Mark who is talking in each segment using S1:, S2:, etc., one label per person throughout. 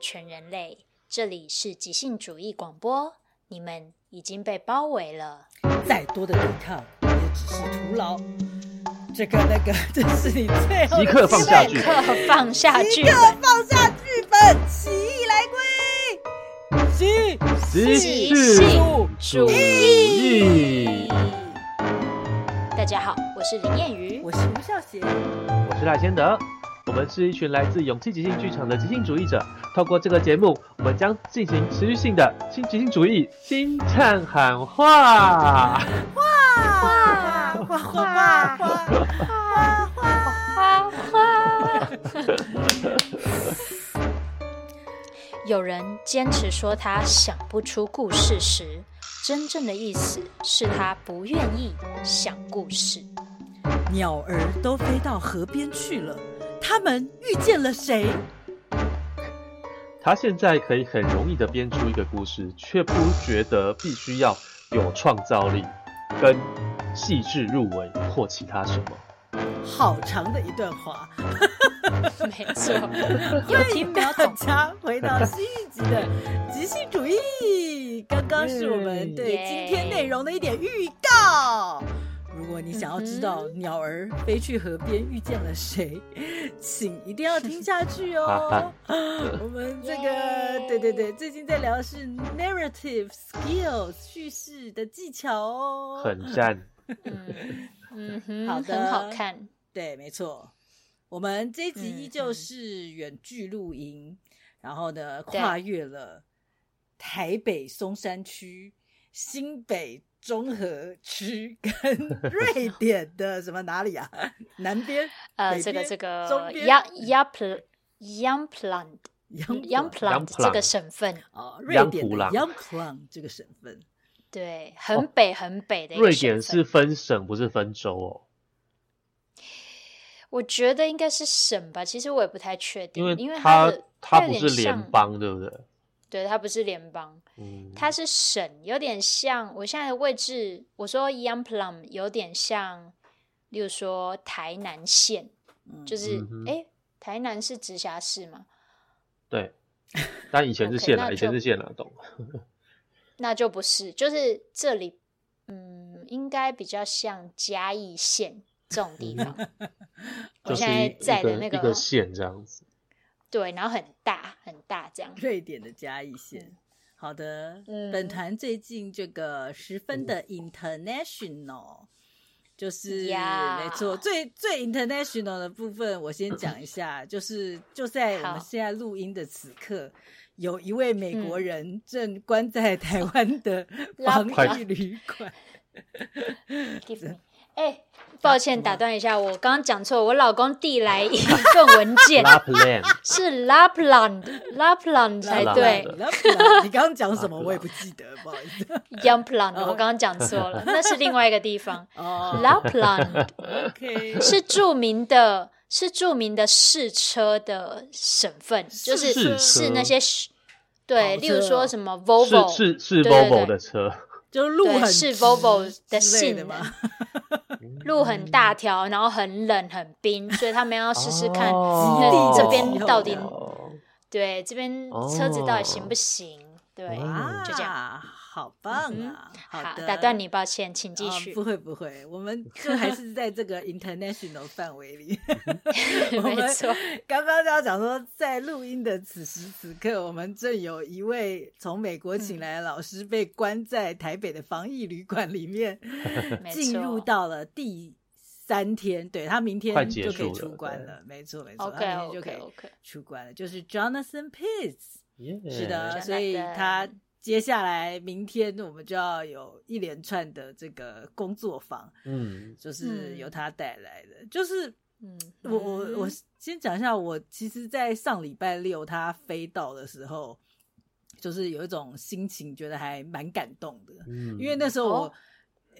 S1: 全人类，这里是即兴主义广播，你们已经被包围了。
S2: 再多的抵抗也只是徒劳。这个那个，这是你最后的
S3: 即刻放下
S1: 立
S3: 剧
S1: 刻放下
S2: 即
S1: 剧
S2: 刻
S1: 本，
S2: 放下剧本，起义来归，起
S1: 即
S3: 即兴
S1: 兴主
S3: 主
S1: 义
S3: 义。
S1: 大家好，我是林燕瑜
S2: 我，是吴孝贤，
S3: 我是赖千德，我们是一群来自勇气即兴剧场的即兴主义者。透过这个节目，我们将进行持续性的新即兴主义新唱喊话。
S2: 哇哇哇哇哇哇！
S1: 花花。 有人坚持说他想不出故事时，真正的意思是他不愿意想故 事。
S2: 鸟儿都飞到河边去了，它们遇见了谁？
S3: 他现在可以很容易的编出一个故事，却不觉得必须要有创造力跟细致入微或其他什么。
S2: 好长的一段话，
S1: 没错， 有啊
S2: 欢
S1: 听
S2: 迎
S1: 没有
S2: 大
S1: 懂。
S2: 家回到新一集的即兴主义。刚刚是我们对
S1: 耶
S2: 今天内容的一点预告。如果你想要知道
S1: 嗯
S2: 鸟儿飞去河边遇见了谁，请一定要听下去 哦。我们这个
S1: 耶
S2: 对对对，最近在聊的是 narrative skills 叙事的技巧哦。
S3: 很赞，
S1: 嗯嗯哼，
S2: 好的
S1: 很好看。
S2: 对，没错。我们这一集
S1: 嗯
S2: 依旧
S1: 嗯
S2: 是远距录音，然后呢，
S1: 对
S2: 跨越了台北松山区、新北中和 区跟瑞典的什么哪里啊？南边
S1: 呃，
S2: 北
S1: 这个
S2: 边
S1: 这个
S2: 中边
S1: Ya Yapl Yampland
S2: 杨
S1: Yampland 这个省份，
S2: 哦，瑞典
S3: 杨浦
S2: 的
S3: 郎
S2: y a m p l a n 这个省份，
S1: 对，很北很北的一个
S3: 瑞
S1: 省
S3: 典
S1: 份
S3: 是分省不是分州哦，
S1: 我觉得应该是省吧，其实我也不太确定，
S3: 因为
S1: 因为它
S3: 它
S1: 的
S3: 它
S1: 有
S3: 不
S1: 点
S3: 是联
S1: 像，
S3: 邦，对不对？
S1: 对，它不是联邦，
S3: 嗯，
S1: 它是省，有点像我现在的位置。我说 Yamplum 有点像，例如说台南县，
S2: 嗯，
S1: 就是
S3: 嗯哼
S1: 诶，台南是直辖市嘛，
S3: 对，但以前是县
S1: OK，
S3: 啊，
S1: 那
S3: 以前
S1: 就是
S3: 县啊，懂？
S1: 那就不是，就是这里，嗯，应该比较像嘉义县这种地方。
S3: 嗯
S1: 我
S3: 就是
S1: 现在
S3: 一
S1: 在的
S3: 一
S1: 那
S3: 个一个县这样子。
S1: 对，然后很大很大这样。
S2: 瑞典的嘉义县。好的，
S1: 嗯
S2: 本团最近这个十分的 international，、就是
S1: 呀
S2: 没错，最最 international 的部分，我先讲一下，就是就在我
S1: 好
S2: 们现在录音的此刻，有一位美国人正关在台湾的
S1: 嗯 拉
S2: 防
S1: 普
S3: 拉
S2: 疫旅馆。
S1: Give me 哎、抱歉，打断一下，我刚刚讲错，我老公递来一份文件，
S3: Lapland
S1: 是 Lapland Lapland 才哎对
S3: 的
S2: 拉普拉，你刚刚讲什么？我也不记得，不好意思。
S1: ，Yampland，
S2: 哦
S1: 我刚刚讲错了，那是另外一个地方
S2: 哦
S1: ，Lapland
S2: ，OK，
S1: 是著名的，是著名的试车的省份， 就是
S3: 试车
S1: 是那些试对，
S2: 跑车
S1: 例如说什么 Volvo，
S3: 是是是
S1: 对对对
S3: Volvo 的车，
S2: 就是路
S1: 对
S2: 很
S1: 是
S2: 直
S1: Volvo 的
S2: 之类
S1: 性
S2: 的
S1: 能
S2: 吗？
S1: 路很大条，然后很冷很冰，所以他们要试试看
S3: 嗯哦
S1: 那这边
S2: 极地
S1: 到底
S2: 的
S3: 哦
S1: 对，这边车子到底行
S3: 哦
S1: 不行？对，
S3: 哇
S1: 就这样。嗯
S2: 样，好棒啊！
S1: 好，
S2: 的，
S1: 打断你，抱歉，请继
S2: 啊
S1: 续。
S2: 不会不会，我们就还是在这个 international 范围里。 我 们
S1: 没错，
S2: 刚刚就要讲说，在录音的此时此刻，我们正有一位从美国请来的老师被关在台北的防疫旅馆里面，
S1: 没错
S2: 进入到了第三天，对他明天
S3: 快结
S2: 就可以
S3: 束
S2: 出
S3: 了
S2: 关
S3: 对
S2: 了，没错没错，他
S1: OK
S2: 明天就
S1: OK
S2: 可以
S1: OK，
S2: 出关了，就是 Jonathan Pitts。
S3: 耶
S2: 是的，
S1: Jonathan
S2: 所以他接下来明天我们就要有一连串的这个工作坊，
S3: 嗯，
S2: 就是
S1: 嗯
S2: 由他带来的。就是
S1: 嗯，
S2: 我我我
S1: 嗯
S2: 先讲一下，我其实，在上礼拜六他飞到的时候，就是有一种心情，觉得还蛮感动的，
S3: 嗯
S2: 因为那时候我。
S1: 哦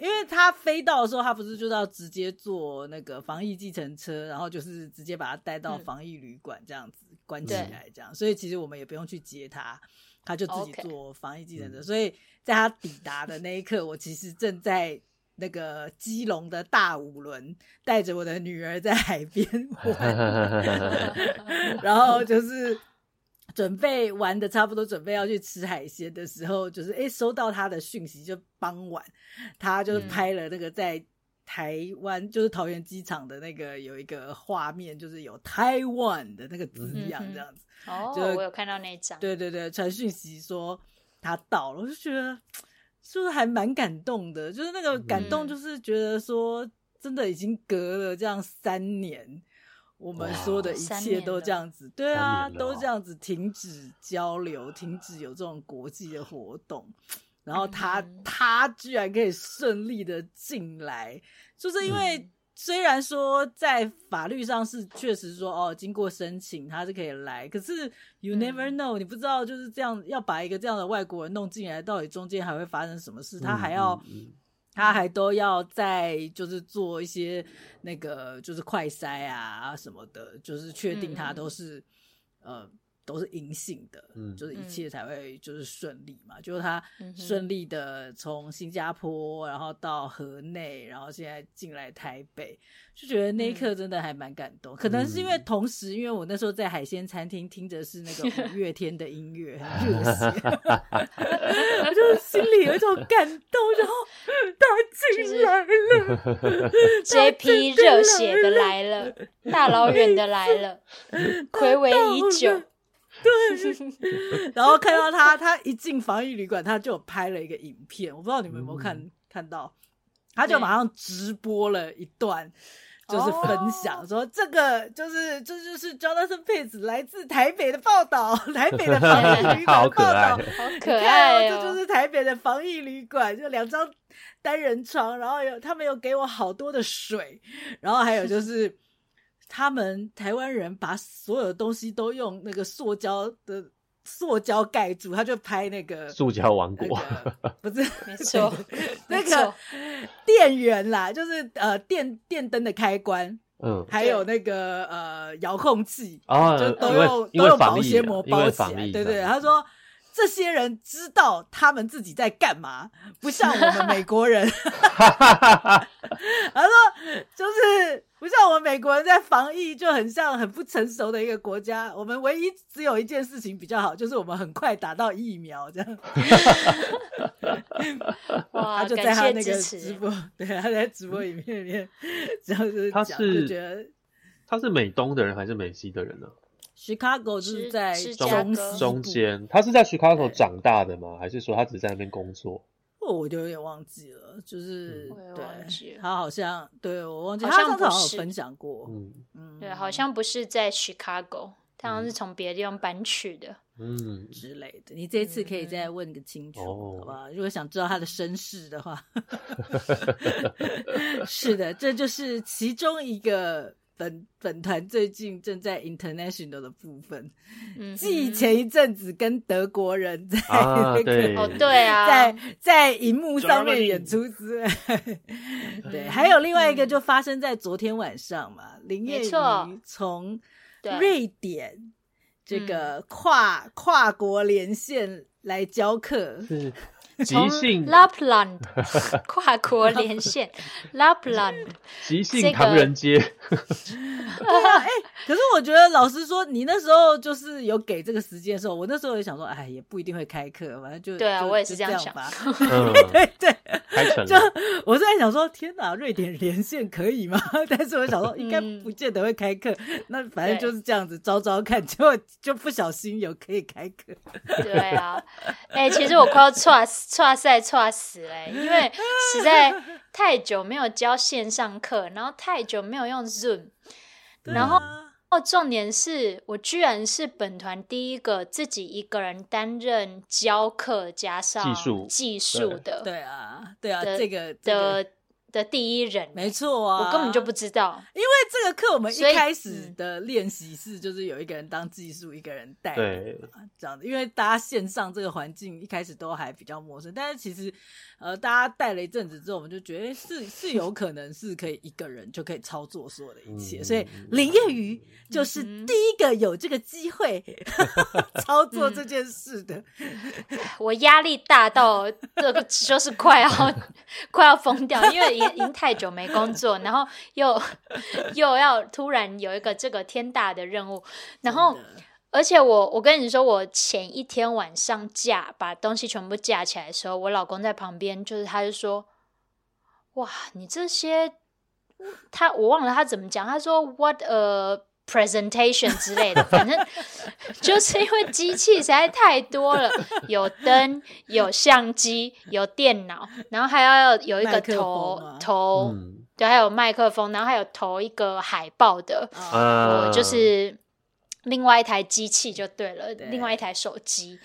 S2: 因为他飞到的时候，他不是就是要直接坐那个防疫计程车，然后就是直接把他带到
S1: 嗯
S2: 防疫旅馆这样子、关起
S1: 对
S2: 来，这样，所以其实我们也不用去接他，他就自己
S1: OK
S2: 坐防疫计程车。
S3: 嗯
S2: 所以在他抵达的那一刻，我其实正在那个基隆的大五轮，带着我的 女儿在海边玩，然后就是准备玩的差不多，准备要去吃海鲜的时候，就是哎、诶收到他的讯息，就傍晚，他就是
S1: 嗯
S2: 拍了那个在台湾，就是桃园机场的那个有一个画面，就是有台湾的那个字样
S1: 嗯哼
S2: 这样子。
S1: 哦，
S2: 就
S1: 我有看到那一张，
S2: 对对对，传讯息说他到了，我就觉得就是还蛮感动的，就是那个感动，
S1: 嗯
S2: 就是觉得说真的已经隔了这样三年，我们
S3: 哇
S2: 说的一
S1: 三
S2: 切
S1: 年
S2: 都
S1: 了
S2: 这样子，对啊，
S3: 三年了
S2: 都
S3: 哦
S2: 这样子停止交流，停止有这种国际的活动。然后他、
S1: 嗯
S2: 他居然可以顺利的进来，就是因为
S1: 嗯
S2: 虽然说在法律上是确实说哦，经过申请他是可以来，可是 you never
S1: 嗯
S2: know，、你不知道就是这样要把一个这样的外国人弄进来，到底中间还会发生什么事？他还要、
S3: 嗯
S2: 他还都要再就是做一些那个就是快筛啊什么的，就是确定他
S1: 嗯嗯
S2: 都是、呃都是阴性的，
S3: 嗯
S2: 就是一
S1: 嗯
S2: 切才会就是顺利嘛。就是他
S1: 嗯哼
S2: 顺利的从新加坡，然后到河内，然后现在进来台北，就觉得那
S1: 嗯
S2: 一刻真的还蛮感动。可能是因为
S3: 嗯
S2: 同时，因为我那时候在海鲜餐厅听着是那 个五月天的音乐，很热血。我就心里有一种感动，然后他进来了，
S1: 这批热血的来了，大老远的来了，暌违已久。
S2: 对，然后看到他，他一进防疫旅馆，他就有拍了一个影片，我不知道你们有没有看、
S3: 嗯
S2: 看到，他就马上直播了一段。就是分享
S1: 哦
S2: 说这个就是这就是 Jonathan Page 来自台北的报道， 台北的防疫旅馆
S3: 好
S2: 的
S3: 可
S2: 报道
S3: 爱，，
S1: 好
S2: 你
S1: 可
S2: 看
S1: 爱
S2: 哦，这就
S1: 哦！
S2: 是台北的防疫旅馆，就两张单人床，然后有他们有给我好多的水，然后还有就是 他们台湾人把所有东西都用那个塑胶的塑胶盖住，他就拍那个
S3: 塑胶王
S2: 那
S3: 国，
S2: 个不是
S1: 没错
S2: 那
S1: 没错
S2: 个电源啦，就是呃电电灯的开关，
S3: 嗯，
S2: 还有那个呃遥控器，
S3: 哦，
S2: 就都
S3: 因为
S2: 用
S3: 因
S2: 都
S3: 为
S2: 用
S3: 防
S2: 保
S3: 疫
S2: 鲜
S3: 啊
S2: 膜
S3: 因为
S2: 包起
S3: 防
S2: 来，
S3: 疫
S2: 对
S3: 这
S2: 对。
S3: 样
S2: 他说这些人知道他们自己在干嘛，不像我们美国 人。他说就是不像我们美国人在防疫就很像很不成熟的一个国家。我们唯一只有一件事情比较好，就是我们很快打到疫苗这样。
S1: 哇，
S2: 他就在
S1: 啊感
S2: 他
S1: 谢
S2: 那
S1: 支
S2: 个直
S1: 持。
S2: 播，对，他在直播影片里面， 就是
S3: 他
S2: 讲就是觉得。
S3: 他是美东的人还是美西的人呢、
S2: Chicago 就
S1: 芝
S2: 是在
S1: 芝加
S2: 中
S1: 哥
S2: 西
S3: 中
S2: 部
S3: 间，他是在
S2: 对
S3: Chicago 长大的吗？还是说他只是在那边工作？
S2: 哦，我就有点忘记了，
S3: 嗯
S2: 就是、
S1: 我也忘记
S2: 对
S1: 了，
S2: 他好像对我忘记，
S1: 好
S2: 他
S1: 像
S2: 上次
S1: 不
S2: 好像
S1: 是
S2: 有分享过，
S3: 嗯
S2: 嗯，
S1: 对，好像不是在 Chicago，他好像是从别的地方搬去的。
S3: 嗯，
S2: 之类的。你这一次可以再
S1: 嗯
S2: 问个清楚，
S3: 哦
S2: 好不好？如果想知道他的身世的 话，是的，这就是其中一个本本团最近正在 international 的部分，
S1: 嗯哼，
S2: 继前一阵子跟德国人在
S3: 啊
S2: 那个、
S3: 对
S1: 哦，对啊，
S2: 在在荧幕上面
S3: Germany
S2: 演出之外，对，还有另外一个就发生在昨天晚上嘛，林彦
S1: 没错
S2: 宇从
S1: 对
S2: 瑞典这个跨跨国连线来教课，
S3: 是
S1: 从
S3: 即兴
S1: Lapland 跨国连 线 Lapland，
S3: 即
S1: 这
S3: 兴
S1: 个
S3: 唐人 街，
S2: 可是我觉得老师说你那时候就是有给这个时间的时候，我那时候也想说，哎，也不一定会开课，反正就
S1: 对啊
S2: 就
S1: 我也是
S2: 就
S1: 这样
S2: 这样
S1: 想
S2: 吧。
S3: 嗯，
S2: 对对，
S3: 开成
S2: 就
S3: 了，
S2: 我是在想说，天哪，瑞典连线可以吗？ 但是我想说，应该
S1: 嗯
S2: 不见得会开 课。那反正就是这样子，招招看， 结果就不小心有可以开课。
S1: 对啊，哎、其实我快要岔岔赛岔死嘞、因为实在太久没有教线上课，然后太久没有用 Zoom，然
S2: 啊
S1: 后哦，重点是我居然是本团第一个自己一个人担任教课加上
S3: 技术
S1: 技术的
S2: 对啊，对啊，
S1: 的
S2: 这个这个
S1: 的的第一人，
S2: 没错啊，
S1: 我根本就不知道，
S2: 因为这个课我们一
S1: 所以
S2: 开始
S1: 嗯
S2: 的练习是就是有一个人当技术，一个人带领
S3: 对，
S2: 这样子，因为大家线上这个环境一开始都还比较陌生，但是其实呃，大家带了一阵子之后，我们就觉得诶是是有可能是可以一个人就可以操作所有的一切，
S3: 嗯
S2: 所以林彦宇就是
S1: 嗯哼
S2: 第一个有这个机会、 操作
S1: 嗯
S2: 这件事的。
S1: 我压力大到这个就是快要快要疯掉，因为已已经太久没工作，然后又又要突然有一个这个天大的任务，然后嗯
S2: 真的
S1: 而且我我跟你说，我前一天晚上架把东西全部架起来的时候，我老公在旁边，就是他就说：“哇，你这些他我忘了他怎么讲，他说 what a presentation 之类的，反 正就是因为机器实在太多了，有灯，有相机，有电脑，然后还要有一个
S2: 麦克
S1: 头
S2: 风啊
S1: 头、
S3: 嗯
S1: 对，还有麦克风，然后还有投一个海报的，
S2: 啊，
S3: 啊，
S1: 我哦就是另外一台机器就对了，
S2: 对
S1: 另外一台手机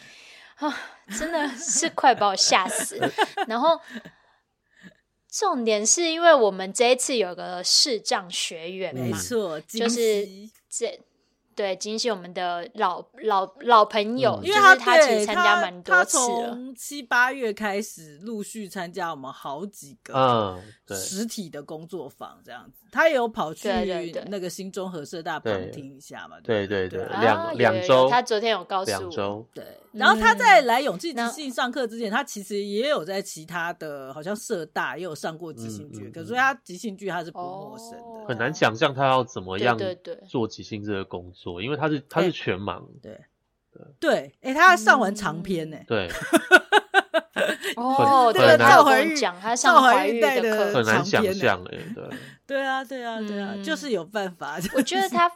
S1: 啊，真的是快把我吓死了。然后重点是因为我们这一次有个视障学员
S2: 没
S1: 嘛，
S2: 错，
S1: 就
S2: 惊
S1: 是
S2: 喜
S1: 这对金是我们的老老老朋友，
S3: 嗯
S2: 因
S1: 就
S2: 为
S1: 是
S2: 他
S1: 其实
S2: 对
S1: 参
S2: 他
S1: 加蛮多
S2: 他
S1: 次了，
S2: 从七八月开始陆续参加我们好几个
S3: 嗯，对，
S2: 实体的工作坊，这样子，他也有跑去
S1: 对对对
S2: 那个新中和社大旁
S3: 对
S2: 听一下嘛，
S3: 对
S2: 不对
S3: 对对
S2: 啊
S3: 两
S1: 啊有
S3: 两
S1: 有有
S3: 周
S1: 他昨天有告诉
S3: 两
S1: 我，
S3: 周，
S2: 对，然后他在来永济
S1: 那
S2: 即兴上课之
S1: 嗯
S2: 前，他其实也有在其他的，好像社大也有上过即兴剧，
S3: 嗯嗯
S2: 可
S3: 嗯
S2: 所以他即兴剧他是不陌生
S1: 哦
S2: 的。
S3: 很难想象他要怎么样
S1: 对对对
S3: 做即兴这个工作，因为他是他
S2: 对
S3: 是全盲，
S2: 对，哎，他上完长篇呢，
S1: 嗯
S3: 对，
S1: 哦，
S2: 就
S1: 对
S2: 是那个，
S1: 他有
S2: 赵
S1: 跟
S2: 怀
S1: 我
S2: 玉
S1: 讲他
S2: 赵
S1: 上
S2: 怀
S1: 怀
S2: 玉
S1: 玉
S2: 带
S1: 的
S2: 的
S1: 课
S3: 很难
S2: 长篇欸
S3: 想象哎，对，
S2: 对啊，对啊，对啊，
S1: 嗯
S2: 就是有办法。
S1: 我觉得 他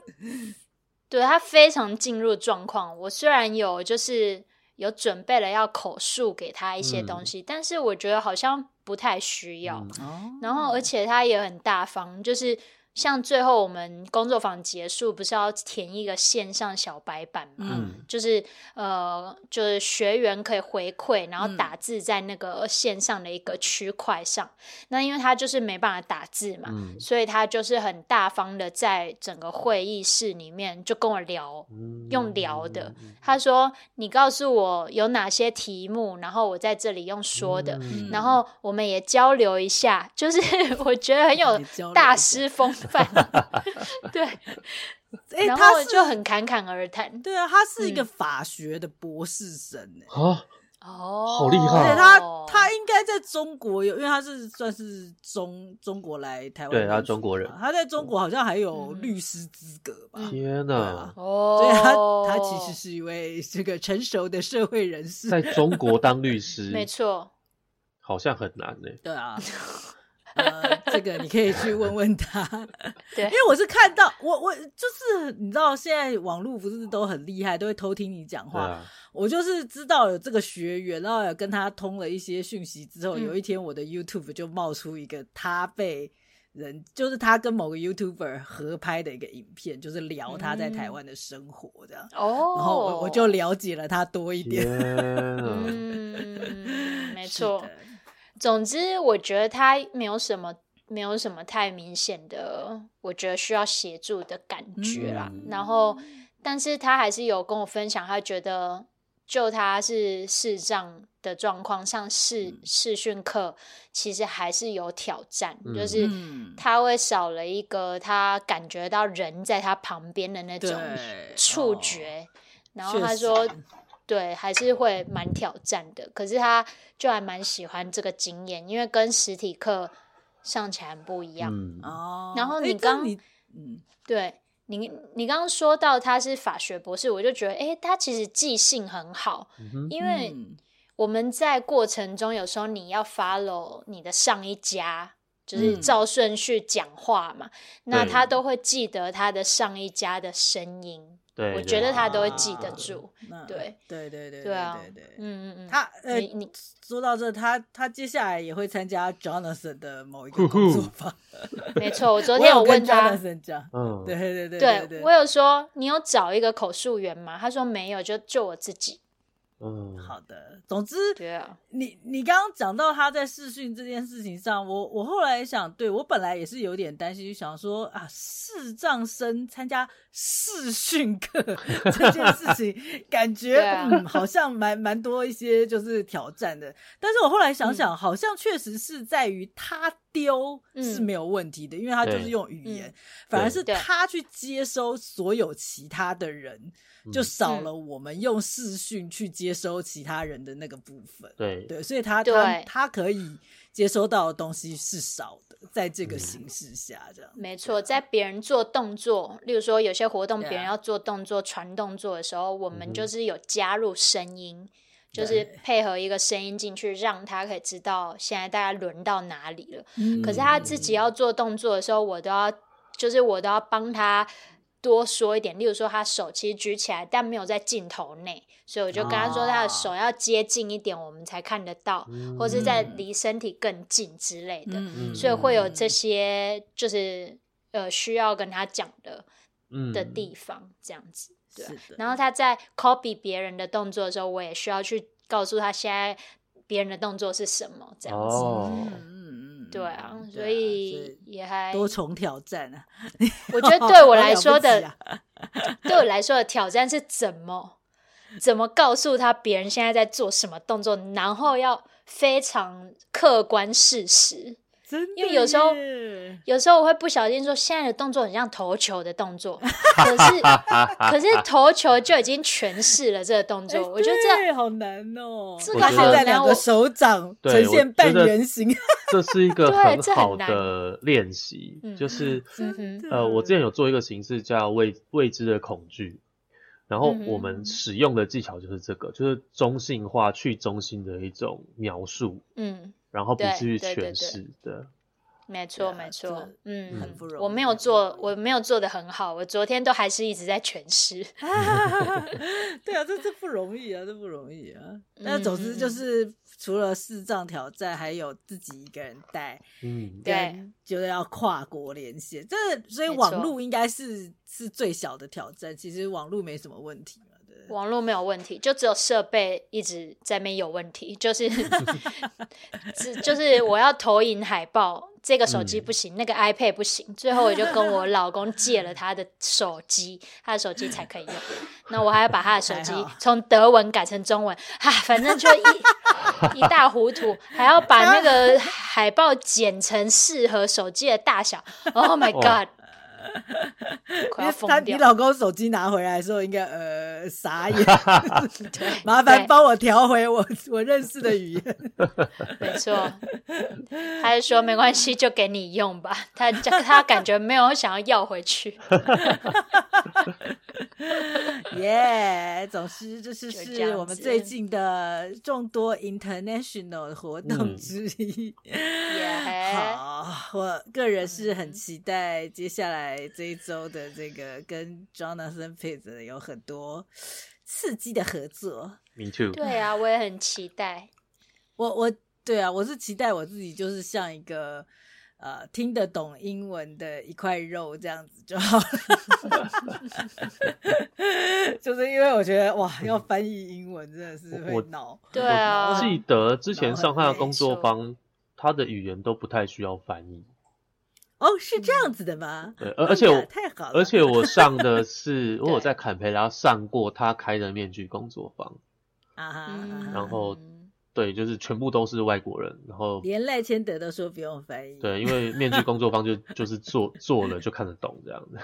S1: 对他非常进入状况。我虽然有就是有准备了要口述给他一些
S2: 嗯
S1: 东西，但是我觉得好像不太需要。
S3: 嗯
S2: 哦
S1: 然后而且他也很大方，就是像最后我们工作坊结束，不是要填一个线上小白板吗？
S2: 嗯
S1: 就是呃，就是学员可以回馈，然后
S2: 嗯
S1: 打字在那个线上的一个区块上。那因为他就是没办法打字嘛，
S3: 嗯
S1: 所以他就是很大方的在整个会议室里面就跟我聊，
S3: 嗯
S1: 用聊的，
S3: 嗯
S1: 他说：“你告诉我有哪些题目，然后我在这里用说的，
S3: 嗯
S1: 然后我们也交流一下。”就是 我觉得很
S2: 也交流
S1: 有
S2: 一
S1: 大
S2: 下
S1: 师风 范，对，
S2: 哎，
S1: 然
S2: 他
S1: 后
S2: 是
S1: 就很侃侃而谈。
S2: 对啊，他是一个
S1: 嗯
S2: 法学的博士生呢。
S3: 啊，
S1: 哦，
S3: 好厉害
S2: 而且他他应该在中国有，因为他是算是中中国来台湾念
S3: 对
S2: 书嘛，
S3: 他中国人
S2: 他在中国好像还有
S1: 嗯
S2: 律师资格吧？
S3: 天
S2: 对
S3: 哪
S2: 啊，
S3: 嗯
S1: 哦，
S2: 所以他他其实是一位这个成熟的社会人士。
S3: 在中国当律师，
S1: 没错，
S3: 好像很难哎，
S2: 对啊，呃，这个你可以去问问 他。
S1: 对
S2: 因为我是看到我我就是你知道现在网络不是都很厉害，都会偷听你讲
S3: 对
S2: 话。
S3: 啊，
S2: 我就是知道有这个学员，然后有跟他通了一些讯息之后，
S1: 嗯
S2: 有一天我的 YouTube 就冒出一个他被人，就是他跟某个 YouTuber 合拍的一个影片，就是聊他在台湾的生活这样。
S1: 嗯哦，
S2: 然后我我就了解了他多一点。
S3: 天啊哪，
S1: 嗯，没
S2: 是
S1: 错
S2: 的。，
S1: 总之，我觉得他没有什么，没有什么太明显的，我觉得需要协助的感觉啦。
S3: 嗯
S1: 然后，但是他还是有跟我分享，他觉得就他是视障的状况，上
S2: 嗯
S1: 视视讯课其实还是有挑战，就是
S2: 嗯，
S1: 他会少了一个他感觉到人在他旁边的那种
S2: 对，
S1: 触
S2: 哦
S1: 觉。然后
S2: 确
S1: 他
S2: 实
S1: 说，对，还是会蛮挑战的。可是他就还蛮喜欢这个经验，因为跟实体课上起来很不一样。啊
S3: 嗯，
S2: 哦，
S1: 然后
S2: 诶
S1: 你
S2: 这
S1: 刚
S2: 样你嗯，
S1: 对你，你刚刚说到他是法学博士，我就觉得，诶，他其实记性很好，
S3: 嗯哼
S1: 因为
S2: 嗯
S1: 我们在过程中有时候你要 follow 你的上一家。就是
S2: 嗯
S1: 照顺序讲话嘛，那
S3: 对
S1: 他都会记得他的上一家的声音，
S3: 对，
S1: 我
S3: 对
S1: 觉得他都会
S2: 啊
S1: 记得住。
S2: 那
S1: 对
S2: 对对对
S1: 对啊
S2: 对对，
S1: 嗯嗯嗯，
S2: 他呃
S1: 你你，
S2: 说到这，他他接下来也会参加 Jonathan 的某一个工作坊。
S1: 没错，我昨
S2: 我
S1: 天
S2: 有
S1: 问
S2: 跟
S1: 他，
S2: Jonathan 讲，
S3: 嗯，
S2: 对对对
S1: 对
S2: 对，
S1: 我有说你有找一个口述员吗？他说没有，就就我自己。
S3: 嗯，
S2: 好的。总之，
S1: 对啊，
S2: 你你刚刚讲到他在试训这件事情上，我我后来想，对我本来也是有点担心，就想说啊，视障生参加试 训课这件事情，感觉、
S1: 对啊
S2: 嗯好像蛮蛮多一些就是挑战的。但是我后来想想，
S1: 嗯
S2: 好像确实是在于他丢是没有问题的，因为他就是
S3: 对
S2: 用语言，
S1: 嗯
S2: 反而是
S1: 对
S2: 他去接收所有其他的人，就
S3: 嗯
S2: 少
S1: 嗯
S2: 了我们用视讯去接接收其他人的那个部分。
S3: 对，
S2: 对，所以他他
S1: 对
S2: 他可以接收到的东西是少的，在这个形式下，这样、
S1: 没错，在别人做动 作，例如说有些活动
S2: 对啊
S1: 别人要做动作、传动作的时候，我
S3: 嗯哼
S1: 们就是有加入声音，就是
S2: 对
S1: 配合一个声音进去，让他可以知道现在大家轮到哪里了。
S2: 嗯
S1: 可是他自己要做动作的时候，我都要，就是我都要帮他多说一点。例如说，他手其实举起来，但没有在镜头内，所以我就跟他
S2: 啊
S1: 说，他的手要接近一点，我们才看得到，
S3: 嗯
S1: 或是在离身体更近之类的。
S2: 嗯
S1: 所以会有这些，就是呃需要跟他讲的
S3: 嗯
S1: 的地方，这样子。对啊
S2: 是的嗯
S1: 然后他在 copy 别人的动作的时候，我也需要去告诉他现在别人的动作是什么，这样子。
S3: 哦
S2: 嗯，嗯嗯
S1: 对啊，
S2: 嗯
S1: 所
S2: 对啊
S1: 以也还
S2: 多重挑战啊，
S1: 我觉得对我
S2: 好
S1: 来
S2: 了不
S1: 说的，
S2: 起啊
S1: 对我来说的挑战是怎么怎么告诉他别人现在在做什么动作，然后要非常客观事实。
S2: 真的
S1: 因为有时候
S2: 耶
S1: 有时候我会不小心说现在的动作很像投球的动作，可 是可是投球就已经诠释了这个动
S2: 哎
S1: 作，我觉得这
S2: 对好难哦，
S1: 这
S3: 个
S2: 它
S3: 好
S2: 还在
S1: 难
S2: 两个
S1: 我
S2: 手掌
S3: 对
S2: 呈
S3: 我
S2: 现
S3: 觉
S2: 半
S3: 得
S2: 圆形，
S3: 这 是一个
S1: 对
S3: 很
S1: 这很
S3: 好
S1: 难
S3: 的练习，
S1: 嗯
S3: 就是
S1: 嗯哼
S3: 呃，我之 前有做一个形式叫未未知的恐惧，然后我们
S2: 嗯
S3: 使用的技巧就是这个，就是中性化、去中心的一种描述，
S1: 嗯，
S3: 然后不
S1: 对
S3: 至于
S1: 对对
S3: 诠
S1: 对
S3: 释的。
S1: 没错
S2: 对啊
S1: 没错，嗯，
S2: 很不容易
S1: 我没有
S2: 很不
S1: 做，
S2: 容易
S1: 我没有做的很好，我昨天都还是一直在诠释。
S2: 对啊，这这不容易啊，这不容易啊。那
S1: 嗯
S2: 总之就
S1: 嗯
S2: 是除了视障挑战，还有自己一个人带，
S3: 嗯，
S1: 对
S2: 跟就是要跨国连线。这所以
S1: 没
S2: 网
S1: 错
S2: 络应该是是最小的挑战，其实网络没什么问题嘛，对不对？
S1: 网络没有问题，就只有设备一直在那边有问题，就是 只就是我要投影海报，这个手机
S3: 嗯
S1: 不行，那个 iPad 不行，最后我就跟我老公借了他的手机， 他的手机才可以用。那我还要把他的手机
S2: 还好
S1: 从德文改成中文，啊，反正就 一一大糊涂，还要把那个海报剪成适合手机的大小。Oh my
S3: 哇
S1: god！快要
S2: 因为他
S1: 疯
S2: 你
S1: 掉！
S2: 老公手机拿回来的时候，应该呃傻 眼，
S1: 对
S2: 麻烦
S1: 对
S2: 帮我调回我 我认识的语 言。
S1: 没错，他就说没关系，就给你用吧。他他感觉没有想要要回去，
S2: 耶总之这是
S1: 就是这样
S2: 我们
S1: 子
S2: 最近的众多 international 的活动
S3: 嗯
S2: 之一。
S1: 耶、
S2: 好，我个人是
S1: 嗯
S2: 很期待接下来这一周的这个跟 Jonathan Pitt 有很多刺激的合作。
S3: ，me too。
S1: 对啊，我也很期待。
S2: 我我对啊，我是期待我自己就是像一个呃听得懂英文的一块肉这样子就好了， 就是因为我觉得哇，要翻译英文真的是
S3: 我
S2: 会脑。
S1: 对
S3: 我
S1: 啊，
S3: 记
S2: 嗯
S3: 得之前上他的工作
S1: 没错
S3: 坊，他的语言都不太需要翻译。
S2: 哦，是这样子的吗？
S3: 对，而而且
S2: 哎呀
S3: 我
S2: 太好了，
S3: 而且我上的是我有
S1: 对
S3: 在坎培拉上过他开的面具工作坊，
S2: 啊哈啊哈
S1: 嗯，
S3: 然后对，就是全部都是外国人，然后
S2: 连赖千德都说不用翻译。
S3: 对，因为面具工作坊就就是做做了就看得懂这样子。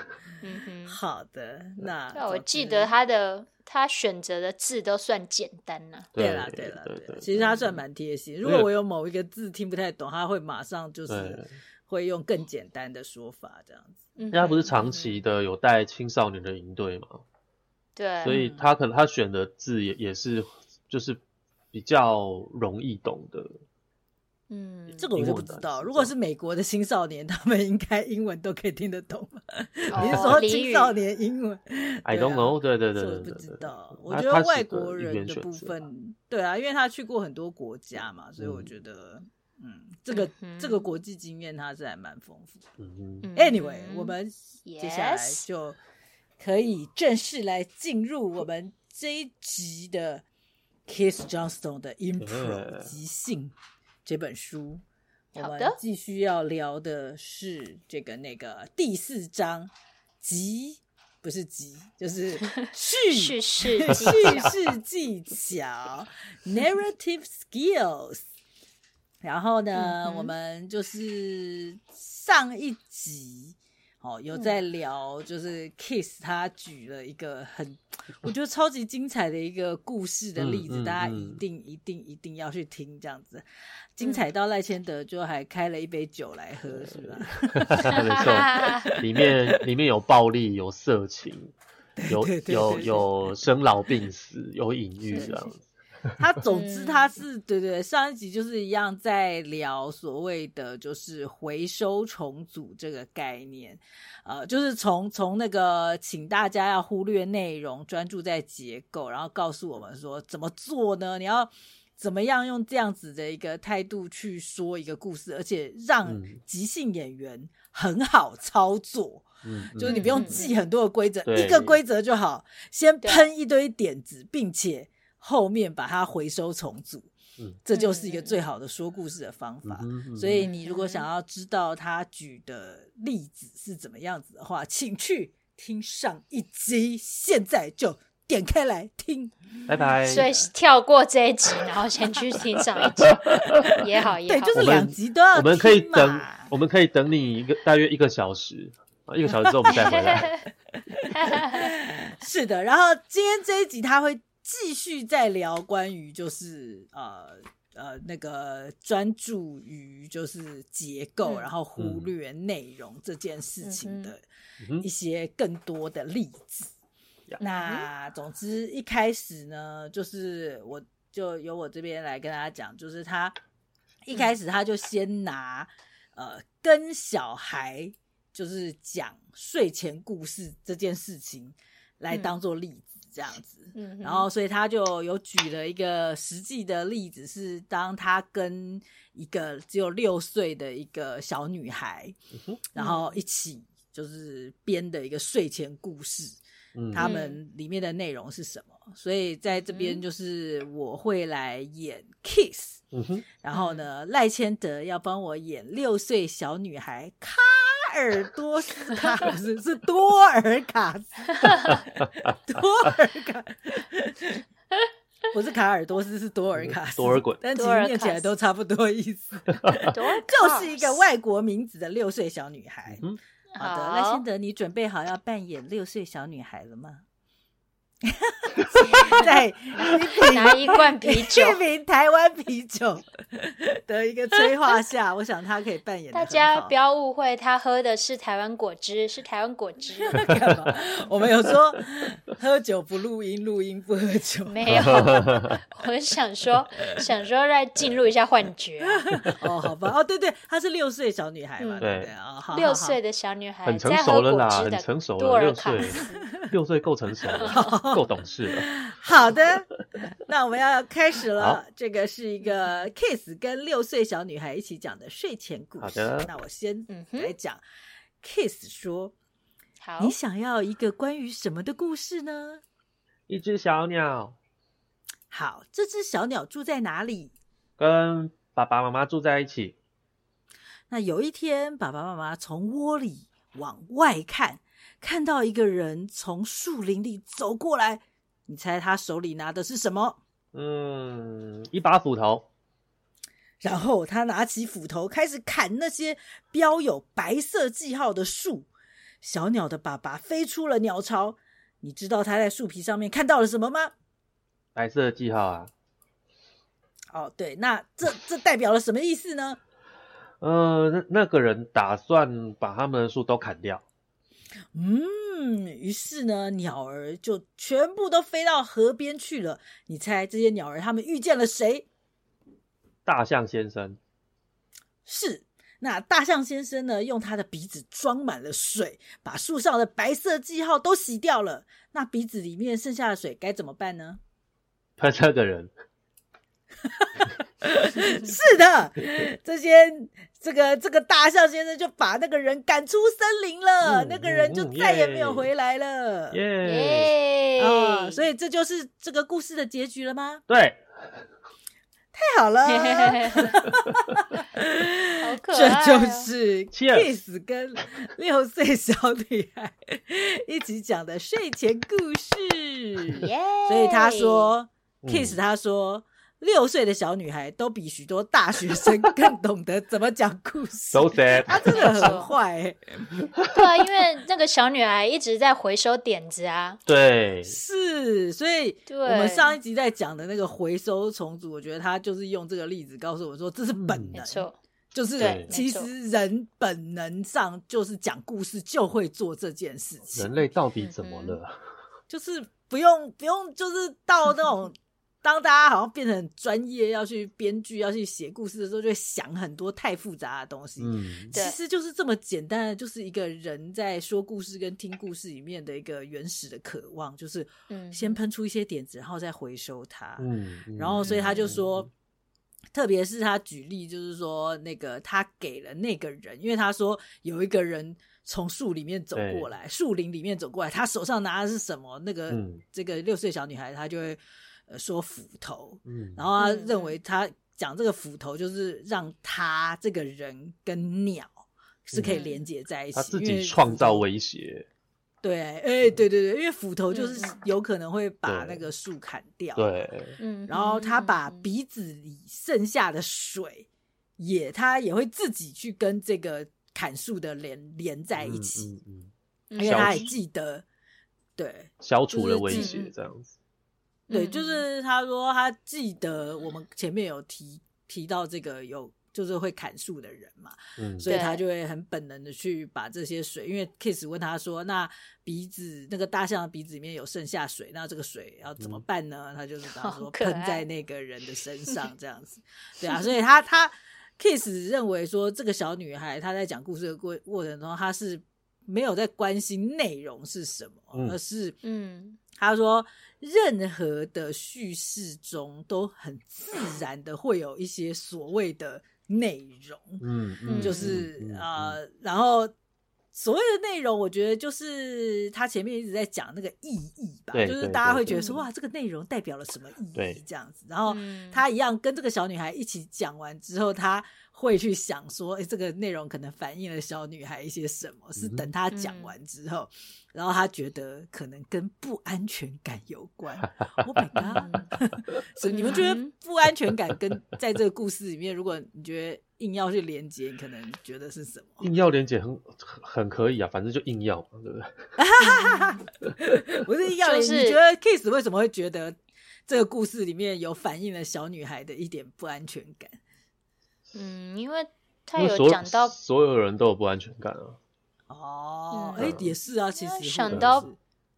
S1: 嗯哼，
S2: 好的，那
S1: 对啊，我
S2: 总
S1: 记
S2: 之
S1: 得他的他选择的字都算简单了、
S2: 对啦
S3: 了，，
S2: 对啦，
S3: 了，
S2: 对
S3: 对
S2: 啦，
S3: 对，
S2: 其实他算蛮贴心。如果我有某一个字听不太懂，他会马上就是
S3: 对。
S2: 会用更简单的说法这样子。
S1: 嗯
S3: 因
S1: 哼，
S3: 为他不是长期的有带青少年的营队嘛，
S1: 对，
S3: 所
S2: 嗯
S3: 以他可能他选的字也也是就是比较容易懂的。
S1: 嗯，
S2: 这个我就不知道。如果是美国的青少年，他们应该英文都可以听得懂吧？
S1: 哦
S2: 你是说
S1: 俚
S2: 青
S1: 语
S2: 少年英文？
S3: I
S2: 对啊
S3: don't know，对对对
S2: 这我
S3: 对对
S2: 不
S3: 对，
S2: 知
S3: 对
S2: 道。
S3: 他
S2: 我觉
S3: 他
S2: 得
S3: 是
S2: 外
S3: 的
S2: 国
S3: 语
S2: 人
S3: 言
S2: 的
S3: 选
S2: 部
S3: 择
S2: 分，对啊，因为他去过很多国家嘛，所以我
S3: 嗯
S2: 觉得，嗯，这个
S1: 嗯哼
S2: 这个国际经验他是还蛮丰富的。
S3: 嗯哼，
S1: 嗯
S2: Anyway，
S1: 哼
S2: 我们接下来
S1: Yes
S2: 就可以正式来进入我们这一集的 Kiss Johnston 的 Impro
S3: Yeah
S2: 即兴这本书。我
S1: 好
S2: 们
S1: 的
S2: 继续要聊的是这个那个第四章即不是即，就是
S1: 叙
S2: 叙
S1: 事技
S2: 叙
S1: 巧，
S2: 事技巧 （narrative skills）。然后
S1: 嗯
S2: 呢，
S1: 哼
S2: 我们就是上一集哦，有在聊，就是 Kiss 他举了一个很，我觉得超级精彩的一个故事的例子，
S3: 嗯嗯
S2: 大家
S3: 嗯
S2: 一定一定一定要去听，这样子精彩到赖千德就还开了一杯酒来喝，是吧？
S3: 没错，里面里面有暴力，有色情，有
S2: 对对
S3: 有
S2: 对
S3: 有生老病死，有隐喻
S2: 是
S3: 这样子。
S2: 他总
S1: 嗯
S2: 之他是对对，对上一集就是一样在聊所谓的就是回收重组这个概念，呃，就是从从那个请大家要忽略内容，专注在结构，然后告诉我们说怎么做呢？你要怎么样用这样子的一个态度去说一个故事，而且让
S3: 嗯
S2: 即兴演员很好操作。
S3: 嗯，
S2: 就是
S3: 嗯
S2: 你不用记很多的规则，
S3: 嗯
S2: 一个
S3: 对
S2: 规则就好，先
S1: 对
S2: 喷一堆点子，并且后面把它回收重组，
S3: 嗯
S2: 这就是一个最好的说故事的方法。
S3: 嗯哼
S2: 所以你如果想要知道他举的例子是怎么样子的话，请去听上一集，现在就点开来听。
S3: 拜拜。
S1: 所以跳过这一集，然后先去听上一集也好，也
S2: 对，
S1: 好。
S2: 就是
S3: 我们
S2: 两集都要
S3: 我们可以
S2: 听
S3: 等
S2: 嘛，
S3: 我们可以等你一个大约一个小时啊，一个小时之后我们再回来。
S2: 是的，然后今天这一集他会继续再聊关于就是呃呃那个专注于就是结构，
S1: 嗯
S2: 然后忽略内容这件事情的
S3: 嗯哼
S2: 一 些更多的例子。
S3: 呀
S1: 嗯
S2: 那总之一开始呢，就是我就由我这边来跟大家讲，就是他一
S1: 嗯
S2: 开始他就先拿呃跟小孩就是讲睡前故事这件事情来
S1: 嗯
S2: 当做例子，这样子。
S1: 嗯哼，
S2: 然后，所以他就有举了一个实际的例子，是当他跟一个只有六岁的一个小女孩，
S1: 嗯
S3: 哼
S2: 然后一起就是编的一个睡前故事，
S3: 嗯，
S2: 他们里面的内容是什么？所以在这边
S1: 嗯
S2: 就是我会来演 Kiss，
S3: 嗯哼，
S2: 然后呢，赖千德要帮我演六岁小女孩卡尔多斯卡，不是是多尔卡斯，多尔卡，不是卡尔多斯，是多尔卡斯，
S3: 嗯多尔衮
S2: 但其实念起来都差不多意思， 就是一个外国名字的六岁小女孩。
S3: 嗯
S2: 好的，赖千德，你准备好要扮演六岁小女孩了吗？在
S1: 拿一罐啤酒，
S2: 一瓶台湾啤酒的一个催化下，我想他可以扮演得
S1: 大
S2: 很好。
S1: 家不要误会，他喝的是台湾果汁，是台湾果汁，
S2: 干嘛？我们有说喝酒不录音，录音不喝酒。
S1: 没有。 我想说， 想说再进入一下幻觉啊、
S2: 哦，好吧，哦，对对，她是六岁小女孩嘛，
S1: 嗯
S2: 对不对啊？好
S1: 六岁
S2: 的，
S1: 的小女孩
S3: 很成
S1: 哎在喝
S3: 熟了
S1: 果
S3: 啦，
S1: 汁
S3: 很
S1: 的
S3: 成熟
S1: 多
S3: 了，
S1: 尔
S3: 六
S1: 卡
S3: 岁， 六岁够成熟了， 够懂事了。
S2: 好的。 那我们要开始
S3: 好
S2: 了，这个是一个 Kiss 跟六岁小女孩一起讲的睡前故事。
S3: 好的
S2: 那我先
S1: 嗯哼
S2: 来讲。Kiss 说
S1: 好：“
S2: 你，想要一个关于什么的故事呢？”
S3: 一只小鸟
S2: 好，这只小鸟住在哪里？
S3: 跟爸爸妈妈住在一起，
S2: 那有一天，爸爸妈妈从窝里往外看，看到一个人从树林里走过来。你猜他手里拿的是什么？
S3: 嗯，一把斧头，
S2: 然后他拿起斧头开始砍那些标有白色记号的树。小鸟的爸爸飞出了鸟巢。你知道他在树皮上面看到了什么吗？
S3: 白色的记号啊，
S2: 哦，对，那这这代表了什么意思呢？
S3: 呃，那那个人打算把他们的树都砍掉，
S2: 嗯，于是呢，鸟儿就全部都飞到河边去了。你猜这些鸟儿它们遇见了谁？
S3: 大象先生，
S2: 是那大象先生呢，用他的鼻子装满了水，把树上的白色记号都洗掉了。那鼻子里面剩下的水该怎么办呢？
S3: 他这个人，
S2: 是的，这些这个这个大象先生就把那个人赶出森林了，
S3: 嗯
S2: 那个人就
S3: 嗯嗯
S2: 再也没有
S3: 耶
S2: 回来了。
S3: 耶，
S1: 耶、
S2: 啊、 所以这就是这个故事的结局了吗？
S3: 对，
S2: 太 好了，
S1: 啊好可
S2: 这
S1: 爱、哦，
S2: 就是
S3: ，Cheers
S2: Kiss 跟六岁小女孩一起讲的睡前故事。
S1: 耶。
S2: 所以他说
S3: 嗯
S2: ，Kiss 他说，六岁的小女孩都比许多大学生更懂得怎么讲故事
S3: So。sad，
S2: 她真的很坏、欸，
S1: 对啊，因为那个小女孩一直在回收点子啊，
S3: 对，
S2: 是，所以
S1: 对
S2: 我们上一集在讲的那个回收重组，我觉得她就是用这个例子告诉我们说，这是本
S1: 嗯没
S2: 能，
S1: 错，
S2: 就是
S3: 对
S2: 其实人本能上就是讲故事就会做这件事情
S3: 人，类到底怎么了？
S2: 就是不用不用，就是到那 种当大家好像变成很专业要去编剧要去写故事的时候，就会想很多太复杂的东西。
S3: 嗯，
S2: 其
S1: 对
S2: 实就是这么简单的，就是一个人在说故事跟听故事里面的一个原始的渴望，就是
S1: 嗯
S2: 先喷出一些点子，然后再回收它。
S3: 嗯，嗯
S2: 然后所以他就说，特别是他举例，就是说那个他给了那个人，因为他说有一个人从树里面走过来，树林里面走过来，他手上拿的是什么？那个、
S3: 嗯
S2: 这个六岁小女孩，她就会呃说斧头，
S3: 嗯，
S2: 然后他
S1: 嗯
S2: 认为他讲这个斧头就是让他这个人跟鸟。是可以
S1: 嗯
S2: 连接在一起，
S3: 他自
S2: 因为
S3: 己创造
S2: 斧头
S3: 威胁，
S2: 对，
S1: 嗯
S2: 哎、对对对，因为斧头就是
S1: 嗯嗯
S2: 有可能会把
S3: 对
S2: 那个树砍掉，
S3: 对，
S1: 嗯，
S2: 然后他把
S1: 嗯
S2: 鼻子里剩下的水也，他也会自己去跟这个砍树的连连在一起，
S3: 嗯嗯嗯
S1: 嗯
S2: 因为他也
S3: 小
S2: 记得，对
S3: 消除了
S2: 就是
S3: 威
S1: 自
S3: 胁
S1: 嗯
S3: 这样子，
S2: 对，
S1: 嗯
S2: 就是他说他记得我们前面有提提到这个有就是会砍树的人嘛，
S3: 嗯，
S2: 所以
S1: 对
S2: 他就会很本能的去把这些水，因为 Kiss 问他说，那鼻子那个大象的鼻子里面有剩下水，那这个水要怎么办呢？他就是把它说
S1: 好可爱
S2: 喷在那个人的身上这样子，对 啊，所以他他 Kiss 认为说这个小女孩她在讲故事的过过程中，她是没有在关心内容是什么，
S3: 嗯
S2: 而是
S1: 嗯
S2: 他说，任何的叙事中都很自
S3: 嗯
S2: 然的会有一些所谓的内容，
S3: 嗯嗯，
S2: 就是
S3: 嗯嗯
S2: 呃，然后所谓的内容，我觉得就是他前面一直在讲那个意义吧，
S3: 对
S2: 就是
S3: 对
S2: 大家
S3: 对
S2: 会觉得
S1: 对
S2: 说哇，这个内容代表了什么意义
S3: 对
S2: 这样子，然后
S1: 嗯
S2: 哦他一样跟这个小女孩一起讲完之后，他会去想说，哎，这个内容可能反映了小女孩一些什么，是
S3: 嗯哼
S2: 等她讲
S1: 嗯
S2: 完之后，然后他觉得可能跟不安全感有 关。Oh my god！所以你们觉得
S1: 嗯
S2: 不安全感跟在这个故事里面，如果你觉得硬要去连接，你可能觉得是什么？
S3: 硬要连接很很很可以啊，反正就硬要嘛，对不对？
S2: 我是硬要
S1: 嗯
S2: 连接。
S1: 就是
S2: 你觉得 Kiss 为什么会觉得这个故事里面有反映了小女孩的一点不安全感？
S1: 嗯，因 为他
S3: 因为
S1: 有
S3: 所有
S1: 讲到
S3: 所有人都有不安全感啊，
S2: 哦，哎、
S1: 嗯
S2: 也是啊，其实会
S1: 想
S2: 有
S1: 到
S2: 是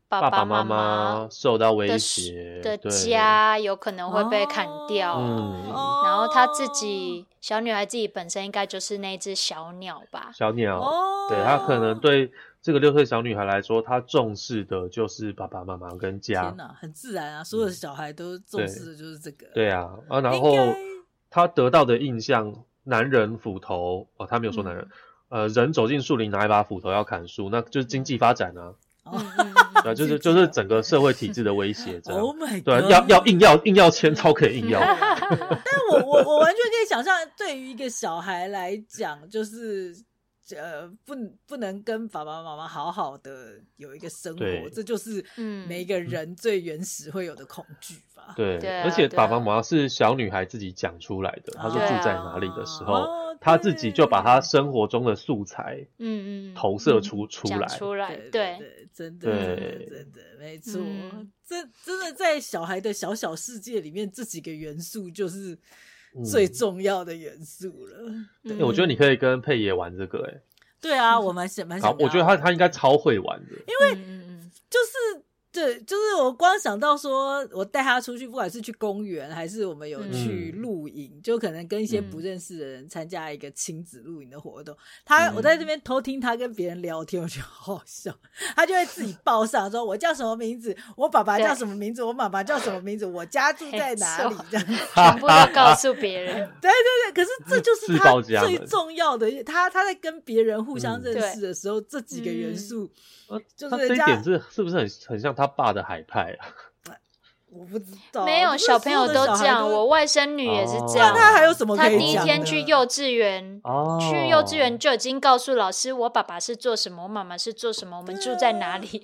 S1: 爸
S3: 爸爸
S1: 妈
S3: 妈受到威
S1: 的
S3: 胁
S1: 的
S3: 对
S1: 家有可能会被砍掉啊，
S2: 哦
S3: 嗯
S1: 然后她自己小女孩自己本身应该就是那只小鸟吧，
S3: 小鸟，
S2: 哦，
S3: 对她可能对这个六岁小女孩来说，她重视的就是爸爸妈妈跟家
S2: 天，哪，很自然啊，所有的小孩都重视的就是这个，
S3: 嗯对啊，啊，然
S2: 应
S3: 后
S2: 该
S3: 她得到的印象，男人斧头哦，她没有说男人，
S2: 嗯
S3: 呃，人走进树林拿一把斧头要砍树，那就是经济发展啊，
S1: 嗯
S2: 哦
S1: 嗯
S3: 对啊，就
S2: 经
S3: 是
S2: 济
S3: 就
S2: 发
S3: 是
S2: 展
S3: 整个社会体制的威胁这样，
S2: ，Oh my God，
S1: 嗯
S3: 对啊，要要硬要硬要签，超可以硬 要，
S2: 但我我我完全可以想象，对于一个小孩来讲，就是呃，不不能跟爸爸妈妈好好的有一个生活，
S3: 对
S2: 这就是
S1: 嗯
S2: 每一个人最原始会有的恐惧吧。
S3: 对，
S1: 对啊
S3: 而且
S1: 对
S3: 爸
S1: 啊
S3: 爸妈妈是小女孩自己讲出来的，她说
S1: 对
S3: 住
S1: 啊
S3: 在哪里的时候，
S2: 哦
S3: 她自己就把她生活中的素材
S1: 嗯嗯，
S3: 投射出、出
S1: 讲
S3: 来。
S1: 出
S2: 对
S1: 来，
S2: 对
S1: 对，
S2: 对，真的真的
S3: 对
S2: 真的没错
S1: 嗯，
S2: 这真的在小孩的小小世界里面，这几个元素就是
S3: 嗯
S2: 最重要的元素了。
S1: 嗯
S3: 欸我觉得你可以跟佩爷玩这个、欸，
S2: 对啊，我蛮想蛮
S3: 哎，
S2: 想
S3: 好，
S2: 聊的，
S3: 我觉得他他应该超会玩的，因为
S1: 嗯 嗯
S2: 就是对，就是我光想到说，我带他出去，不管是去公园，还是我们有去
S3: 嗯
S2: 露营，就可能跟一些
S1: 嗯
S2: 不认识的人参加一个亲子露营的活动。他、
S3: 嗯
S2: 我在这边偷听他跟别人聊天，我觉得好好笑。 他就会自己报上说，我叫什么名字，我爸爸
S1: 对
S2: 叫什么名字，我妈妈叫什么名字，我家住在哪里
S1: 没错
S2: 这样子。
S1: 嗯，全部都告诉别 人，
S2: 对对对，可是这就是
S3: 自
S2: 他
S3: 报家
S2: 最
S3: 门
S2: 重要的，他他在跟别人互相
S3: 嗯
S2: 认
S1: 对
S2: 识的时候，这几个元
S1: 嗯
S2: 素。
S3: 呃
S2: 就是
S3: 他这
S2: 人
S3: 一
S2: 家
S3: 点是是不是很很像他爸的海派啊？
S2: 哦我不知道，
S1: 没有
S2: 不是
S1: 小朋友
S2: 所有的小
S1: 这
S2: 孩
S1: 样，
S2: 都
S1: 我外甥女也是这
S2: 那
S1: 样。
S3: 哦
S2: 他还有什么可
S1: 她
S2: 以
S1: 第一
S2: 讲
S1: 天
S2: 的
S1: 去幼稚园，
S3: 哦，
S1: 去幼稚园就已经告诉老师，我爸爸是做什么，我妈妈是做什么，我们住在哪里，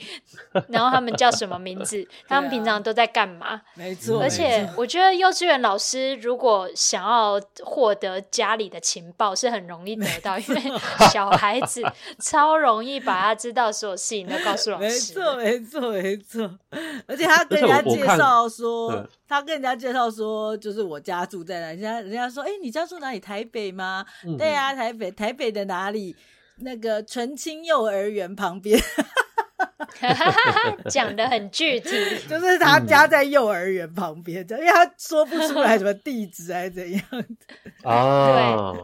S2: 啊
S1: 然后他们叫什么名 字，他们平常都在干嘛。
S2: 没错，
S1: 而
S2: 啊没
S1: 且
S2: 错
S1: 我觉得幼稚园老师如果想要获得家里的情报，是很容易得到，因为 小孩子超容易把他知道所有事情都告诉老
S2: 没
S1: 师。
S2: 错，没错，没错。而且他跟
S3: 而且
S2: 人家
S3: 我
S2: 介
S3: 看
S2: 绍说
S3: 嗯，
S2: 他跟人家介绍说，就是我家住在哪，人家人家说，哎、你家住哪里？台北吗？
S3: 嗯
S2: 对啊，台北，台北的哪里？那个纯青幼儿园旁边，
S1: 讲的很具体，
S2: 就是他家在幼儿园旁边，
S3: 嗯
S2: 这样，因为他说不出来什么地址还是怎样，
S3: 啊，
S1: 好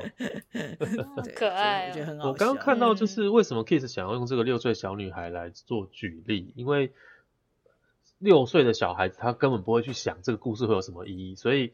S2: 对
S1: 可爱
S2: 所以我觉
S1: 哦。
S2: 得很好笑。
S3: 我刚刚看到就是为什么 Kiss 想要用这个六岁小女孩来做举例，因为六岁的小孩子他根本不会去想这个故事会有什么意义，所以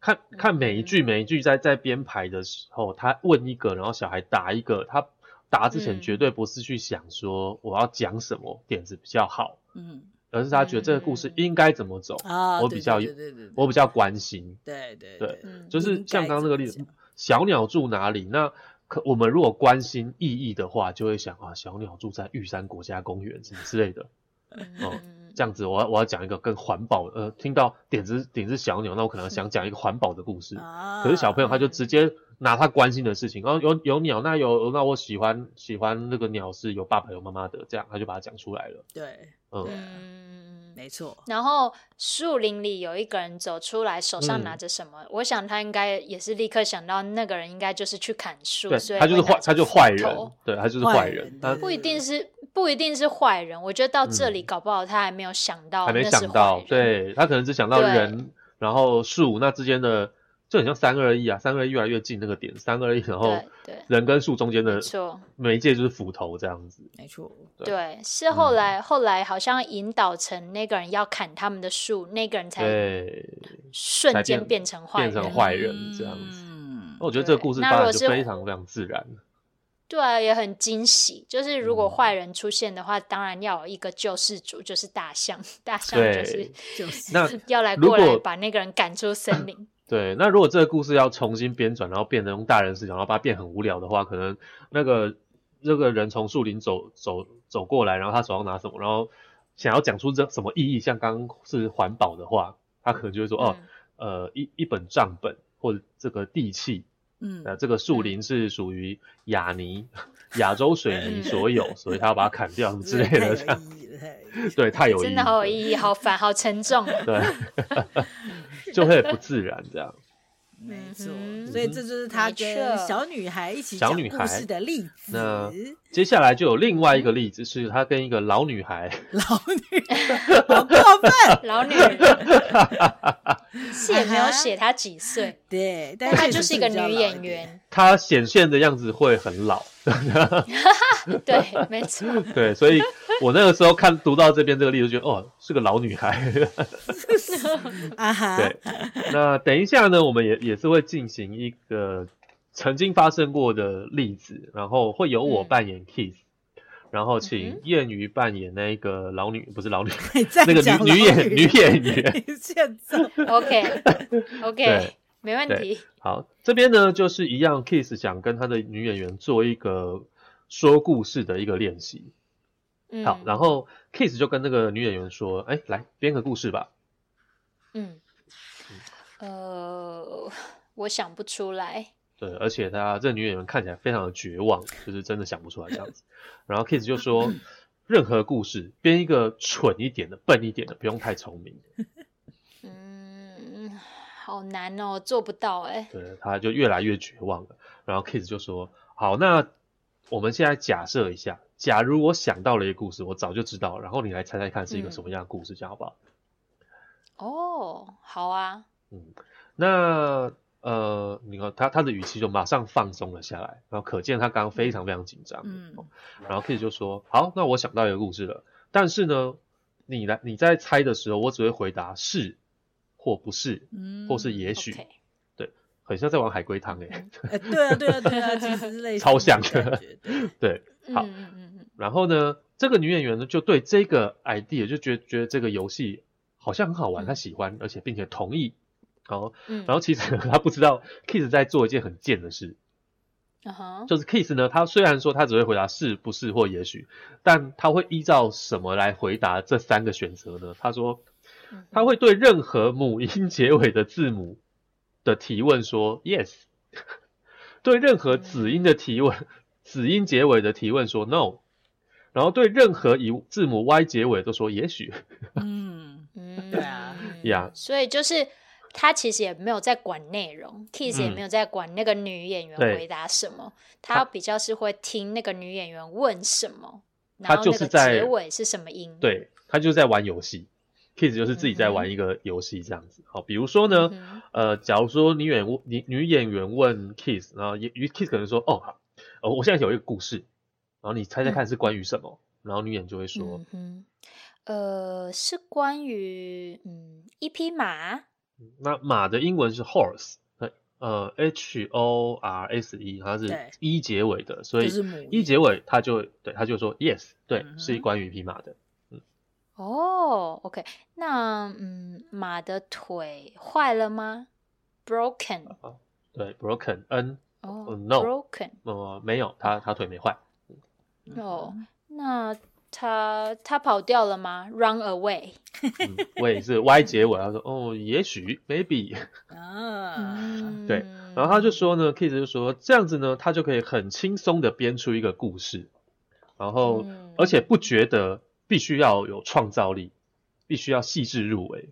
S3: 看看每一句每一句在在编排的时候，他问一个，然后小孩答一个，他答之前
S1: 嗯
S3: 绝对不是去想说我要讲什么点子比较好，
S2: 嗯
S3: 而是他觉得这个故事应该怎么走，
S2: 啊，
S3: 我
S2: 对
S3: 比较
S2: 对对对对，
S3: 我比较关心。
S2: 对对
S3: 对
S1: 嗯
S3: 就是像刚刚那个例
S2: 应
S3: 子
S2: 该，
S3: 小鸟住哪里？那可我们如果关心意义的话，就会想啊，小鸟住在玉山国家公园什么之类的。哦
S1: 嗯
S3: 这样子我，要我要讲一个更环保，呃，听到点子点子小鸟，那我可能想讲一个环保的故事。
S2: 啊，
S3: 可是小朋友他就直接拿他关心的事情，哦，有有鸟，那有那我喜欢喜欢那个鸟是有爸爸有妈妈的，这样他就把它讲出来了。
S2: 对，
S3: 嗯，
S1: 嗯
S2: 没错，
S1: 然后树林里有一个人走出来，手上
S3: 嗯
S1: 拿着什么？我想他应该也是立刻想到那个人应该就是去砍树，所
S3: 对，
S1: 以
S3: 他就是
S1: 会拿着
S3: 坏，他就坏
S1: 斧
S3: 人嗯
S1: 头，
S3: 对，他就是
S2: 坏
S3: 坏
S2: 人
S3: 人，
S2: 对
S3: 他
S2: 对
S1: 不一定是不一定是坏人。我觉得到这里，搞不好他还没有想到，
S3: 嗯还没
S1: 哦那是
S3: 想到
S1: 坏，人，
S3: 对他可能只想到
S1: 对
S3: 人，然后树那之间的就很像三二一啊，三二一越来越近那个点，三二一，然后
S1: 对对，
S3: 人跟树中间
S1: 没
S3: 的
S1: 错，
S3: 媒介就是斧头这样子，
S2: 没错，
S3: 对嗯
S1: 对，是后来后来好像引导成那个人要砍他们的树，那个人才
S3: 对，
S1: 瞬
S3: 才
S1: 间
S3: 变
S1: 变成坏
S3: 变成
S1: 人。
S3: 坏人这样子。哦
S2: 子
S3: 那我觉得这个故事
S1: 对那
S3: 发
S1: 如果
S3: 展就是非常非常自然，
S1: 对啊，也很惊喜。就是如果
S3: 嗯
S1: 坏人出现的话，当然要有一个救世主，就是大象。 大象就
S3: 对
S1: 是
S2: 就是
S3: 那
S1: 要来
S3: 如
S1: 过来
S3: 果
S1: 把那个人赶出森林。
S3: 对，那如果这个故事要重新编转，然后变成用大人视角，然后把它变很无聊的话，可能那个那个人从树林走走走过来，然后他手上拿什么，然后想要讲出这什么意义，像刚刚是环保的话，他可能就会说、
S1: 嗯
S3: 哦，呃，一一本账本或者这个地契，
S2: 嗯
S3: 呃，这个树林是属于亚泥 亚洲水泥所有，所以他要把它砍掉什嗯么之类的，这
S2: 嗯太
S3: 样
S2: 有意义了，太有意义了
S3: 对，太有意义，
S1: 真的好有意义，好烦，好沉重。啊
S3: 对，就会不自然这样。
S2: 没错
S1: 嗯，哼
S2: 所以这就是他
S1: 没
S2: 跟
S1: 错
S2: 小女孩一起
S3: 小
S2: 讲
S3: 女
S2: 故
S3: 孩
S2: 事的例
S3: 那
S2: 子。
S3: 接下来就有另外一个例子，是她跟一个老女孩，
S2: 老女 孩好过分，
S1: 老女 人是也没有写她几岁，
S2: 对，啊但
S1: 但她
S2: 确
S1: 就
S2: 实
S1: 是一
S2: 比
S1: 个
S2: 较
S1: 女
S2: 老
S1: 演
S2: 一点，
S1: 员。
S3: 她显现的样子会很老，
S1: 对， 没错。
S3: 对，所以我那个时候看读到这边这个例子，就觉得哦，是个老女孩。
S2: 啊哈，
S3: 对， 那等一下呢，我们也也是会进行一个曾经发生过的例子，然后会由我
S1: 嗯
S3: 扮演 Kiss，、然后
S1: 嗯
S3: 请燕瑜扮演那个老女，不 是老女，
S2: 你再
S3: 那个
S2: 讲
S3: 女女
S2: 老
S3: 演女演 员。
S2: 你现 在
S1: OK OK，
S3: 对
S1: 没问题。
S3: 好，这边呢就是一样，Kiss 想跟他的女演员做一个说故事的一个练习。
S1: 嗯，
S3: 好，然后 Kiss 就跟那个女演员说：“哎，来编个故事吧。
S1: 嗯，呃，我想不出来。”
S3: 对，而且她这女演员看起来非常的绝望，就是真的想不出来这样子。然后 Kiss 就说：“任何故事编一个蠢一点的、笨一点的，不用太聪明。
S1: 嗯，好难哦，做不到哎”。
S3: 对，她就越来越绝望了。然后 Kiss 就说：“好，那我们现在假设一下，假如我想到了一个故事，我早就知道，然后你来猜猜看是一个什么样的故事，这样好不好？”
S1: 哦，好啊，
S3: 那呃，你看他他的语气就马上放松了下来，然后可见他刚刚非常非常紧张。
S2: 嗯
S3: 然后 Kiss 就说：“好，那我想到一个故事了，但是呢，你来你在猜的时候，我只会回答是或不是，
S2: 嗯，
S3: 或是也许，
S1: OK
S3: 很像在玩海龟汤诶、欸
S2: 呃，对啊，对啊，对啊，其实是类似
S3: 超像
S2: 这种感觉 对
S3: 对，
S1: 嗯
S3: 好
S1: 嗯嗯嗯，
S3: 然后呢，这个女演员呢就对这个 idea 就觉得觉得这个游戏好像很好
S1: 嗯
S3: 玩，他喜欢，而且并且同意。哦，
S1: 嗯，
S3: 然后其实他不知道 Kiss 在做一件很贱的事，
S1: 嗯哼，
S3: 就是 Kiss 呢，他虽然说他只会回答是不是或也许，但他会依照什么来回答这三个选择呢？他说
S1: 嗯
S3: 他会对任何母音结尾的字母的提问说 yes，对任何子音的提问、子音结尾的提问说 no，然后对任何以字母 y 结尾都说也许
S2: 嗯，
S1: 嗯，
S2: 对啊
S3: 呀。
S1: 所以就是他其实也没有在管内容，Kiss 也
S3: 嗯
S1: 没有在管那个女演员
S3: 对
S1: 回答什么，他比较是会听那个女演员问什么，
S3: 他
S1: 然后
S3: 就
S1: 那
S3: 是
S1: 个
S3: 在
S1: 结尾是什么音。，
S3: 对他就是在玩游戏，Kiss 就是自己在
S1: 嗯
S3: 玩一个游戏这样子。好，比如说呢，
S1: 嗯哼
S3: 呃，假如说女演员女女演员问 Kiss，然后也 Kiss 可能说，哦，好，呃，我现在有一个故事，然后你猜猜看是关于什么，然后女演员就会说，
S1: 嗯哼，呃，是关于嗯一匹马，
S3: 那马的英文是 horse，呃呃 H O R S E，它
S2: 对
S3: 是一结尾的，所
S2: 就
S3: 以
S2: 是母
S3: 一结尾它就对它就说 yes，对，
S2: 嗯哼
S3: 是关于一匹马的，
S1: 哦，OK，那嗯，马的腿坏了吗？Broken，
S3: 对，broken n
S1: 哦、
S3: 嗯，no
S1: broken，
S3: 呃没有，它它腿 没坏，嗯
S2: 嗯
S1: 哦，那他他跑掉了吗？Run away，
S3: 嗯，我也是 y 结尾，他说哦也许 maybe。
S2: 嗯
S1: 嗯
S2: 啊，
S3: 对然后他就说呢，Kiss 就说这样子呢，他就可以很轻松的编出一个故事，然后、
S1: 嗯
S3: 而且不觉得必须要有创造力，必须要细致入微。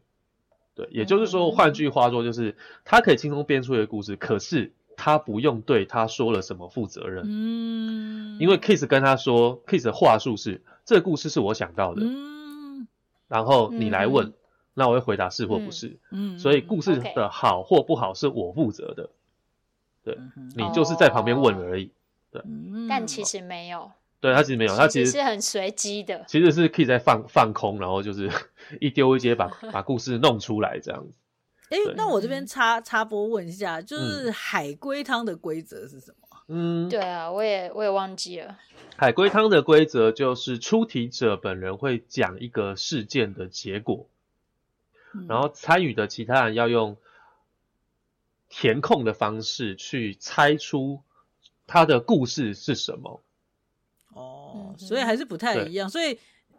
S3: 对，也就是说，
S1: 嗯
S3: 换句话说，就是他可以轻松编出一个故事，可是他不用对他说了什么负责任，
S2: 嗯，
S3: 因为 Kiss 跟他说，Kiss 的话术是这个故事是我想到的，
S2: 嗯
S3: 然后你来问，
S1: 嗯
S3: 那我会回答是或不是，
S2: 嗯，
S3: 所以故事
S1: OK
S3: 的好或不好是我负责的，
S2: 嗯哼，
S3: 你就是在旁边问
S1: 哦
S3: 而已。
S2: 嗯
S1: 但其实没有，
S3: 对他其实没有，他其
S1: 其实
S3: 实
S1: 是很随机 的。
S3: 其实是可以在放放空，然后就是 一丢一接 把把故事弄出来这样子。
S2: 哎，那我这边插插播问一下，就是海龟汤的规则是什么？
S3: 嗯，
S1: 对啊，我也我也忘记了。
S3: 海龟汤的规则就是出题者本人会讲一个事件的结果，
S2: 嗯
S3: 然后参与的其他人要用填空的方式去猜出他的故事是什么，
S2: 哦
S1: 嗯，哼
S2: 所以还是不太一样，所以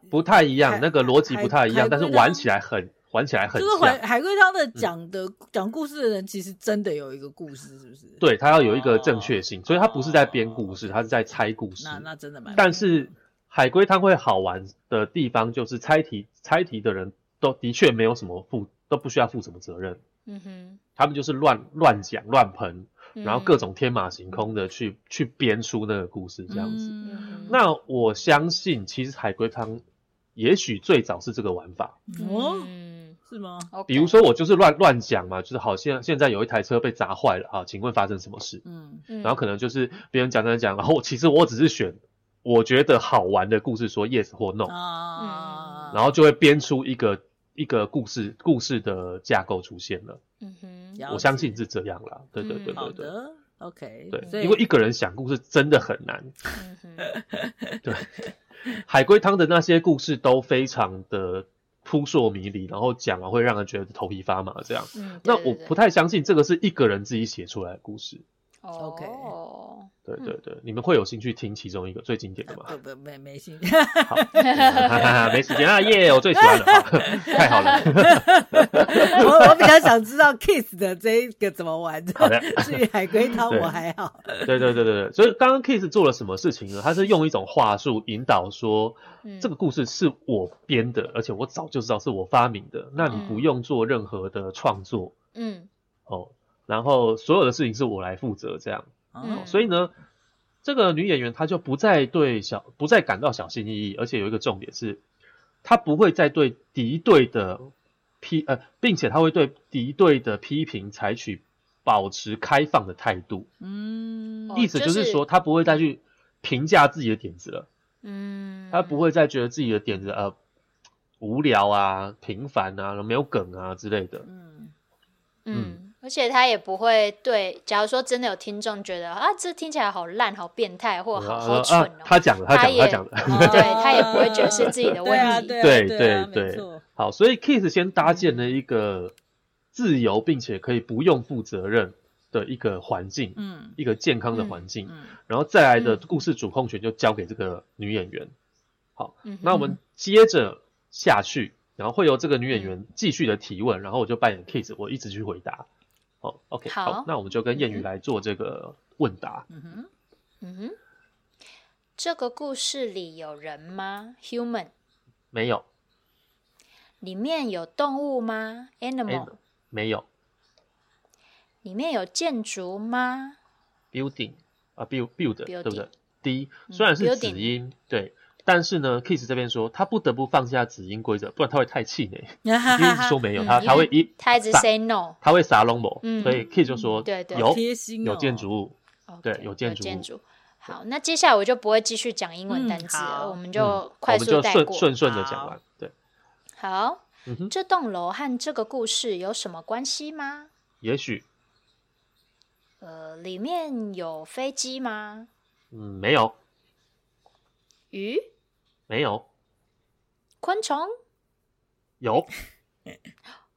S3: 不太一样
S2: 海，
S3: 那个逻辑不太一样
S2: 海，
S3: 但是
S2: 海龟汤
S3: 玩起来很玩起来很
S2: 就是
S3: 像嗯
S2: 海。海龟汤的讲的讲故事的人，其实真的有一个故事，是不哦是？，
S3: 对，他要有一个正确性，所以他不是在编故事，他是在猜故事。
S2: 哦那那真的蛮，
S3: 但是海龟汤会好玩的地方就是猜题，猜题的人都的确没有什么负，都不需要负什么责任，
S1: 嗯哼，
S3: 他们就是乱乱讲乱喷，
S1: 嗯
S3: 然后各种天马行空的去、去编出那个故事这样子。
S2: 嗯
S3: 那我相信，其实海龟汤也许最早是这个玩法，
S2: 哦，
S1: 嗯
S2: 是吗？
S1: ，OK，
S3: 比如说我就是乱乱讲嘛，就是好现现在有一台车被砸坏了啊，请问发生什么事？
S2: 嗯
S1: 嗯，
S3: 然后可能就是别人讲讲讲，然后其实我只是选我觉得好玩的故事说 yes 或 no，
S2: 啊，
S3: 然后就会编出一个一个故事故事的架构出现了。
S1: 嗯哼，
S2: 了解
S3: 我相信是这样啦，对对对
S1: 嗯
S2: 好
S3: 对对。
S2: 的，OK，所
S3: 对，
S2: 以
S3: 因为一个人想故事真的很难。
S1: 嗯 哼，
S3: 海龟汤的那些故事都非常的扑朔迷离，然后讲完会让人觉得头皮发麻这样。
S1: 嗯，
S3: 那
S1: 对对
S3: 我
S1: 对
S3: 不太相信这个是一个人自己写出来的故事。
S2: OK
S1: 哦，
S3: 对
S1: 嗯
S3: 对对，你们会有兴趣听其中一个最经典的吗？
S2: 不不没没兴趣。
S3: 好，哈哈 哈没时间啊，耶！我最喜欢了，好太好了。
S2: 我我比较想知道 Kiss 的这一个怎么玩的。
S3: 好的
S2: 至于海龟汤
S3: 对
S2: 我还好。
S3: 对对对对对，所以刚刚 Kiss 做了什么事情呢？他是用一种话术引导说，
S1: 嗯
S3: 这个故事是我编的，而且我早就知道是我发明的，那你不用做任何的创作
S1: 嗯
S3: 哦，然后所有的事情是我来负责这样。
S1: 嗯
S2: 哦
S3: 所以呢，这个女演员她就不再对小不再感到小心翼翼，而且有一个重点是，她不会再对敌对的批呃，并且她会对敌对的批评采取保持开放的态度，
S2: 嗯
S1: 哦
S3: 意思就
S1: 就是是
S3: 说她不会再去评价自己的点子了，
S1: 嗯，
S3: 她不会再觉得自己的点子呃无聊啊、平凡啊、没有梗啊之类的。
S2: 嗯
S1: 嗯，而且他也不会对，假如说真的有听众觉得啊，这听起来好烂、好变态或好好蠢
S3: 啊
S1: 哦，，
S3: 他讲了，他讲了，他
S1: 也嗯
S3: 讲了。
S1: 哦对他也不会觉得是自己的
S2: 对啊
S1: 问题。
S2: 对啊
S3: 对
S2: 对啊
S3: 对
S2: 没错
S3: 好，所以 Kiss 先搭建了一个自由并且可以不用负责任的一个环境，
S2: 嗯
S3: 一个健康的环境，
S2: 嗯
S3: 然后再来的
S1: 嗯
S3: 故事主控权就交给这个女演员。
S1: 嗯哼
S3: 那我们接着下去，然后会由这个女演
S1: 嗯
S3: 员继续的提问，然后我就扮演 Kiss，我一直去回答。好，OK，好
S1: 好
S3: 那我们就跟谚语来做这个问答。
S2: 嗯哼，
S1: 嗯哼，这个故事里有人吗？Human，
S3: 没有，
S1: 里面有动物吗
S3: 没
S1: ？Animal，
S3: 有，没有
S1: 里面有建筑吗？
S3: building 啊，build build 对不
S1: Building 嗯
S3: 对？D 虽然是子
S1: building
S3: 音，对，但是呢，Kiss 这边说他不得不放下子音规则，不然他会太气馁，因为一直说没有，他
S1: 嗯
S3: 他会一
S1: 他一直
S3: 撒
S1: say no。
S3: 他会撒龙某，
S1: 嗯
S3: 所以 Kiss 就说
S1: 对对
S3: 有
S2: 贴心哦
S3: 有建 筑物，对
S1: OK，
S3: 有建筑物
S1: 好，那接下来我就不会继续讲英文
S2: 嗯
S1: 单词了，
S2: 好
S1: 我们
S3: 嗯
S1: 就快
S3: 我
S1: 速
S3: 们
S1: 带
S3: 就
S1: 过。
S3: 顺顺顺的讲完，对，
S1: 好，
S3: 嗯哼，
S1: 这栋楼和这个故事有什么关系吗？
S3: 也许
S1: 呃，里面有飞机吗？
S3: 嗯没有
S1: 鱼、
S3: 没有
S1: 昆虫
S3: 有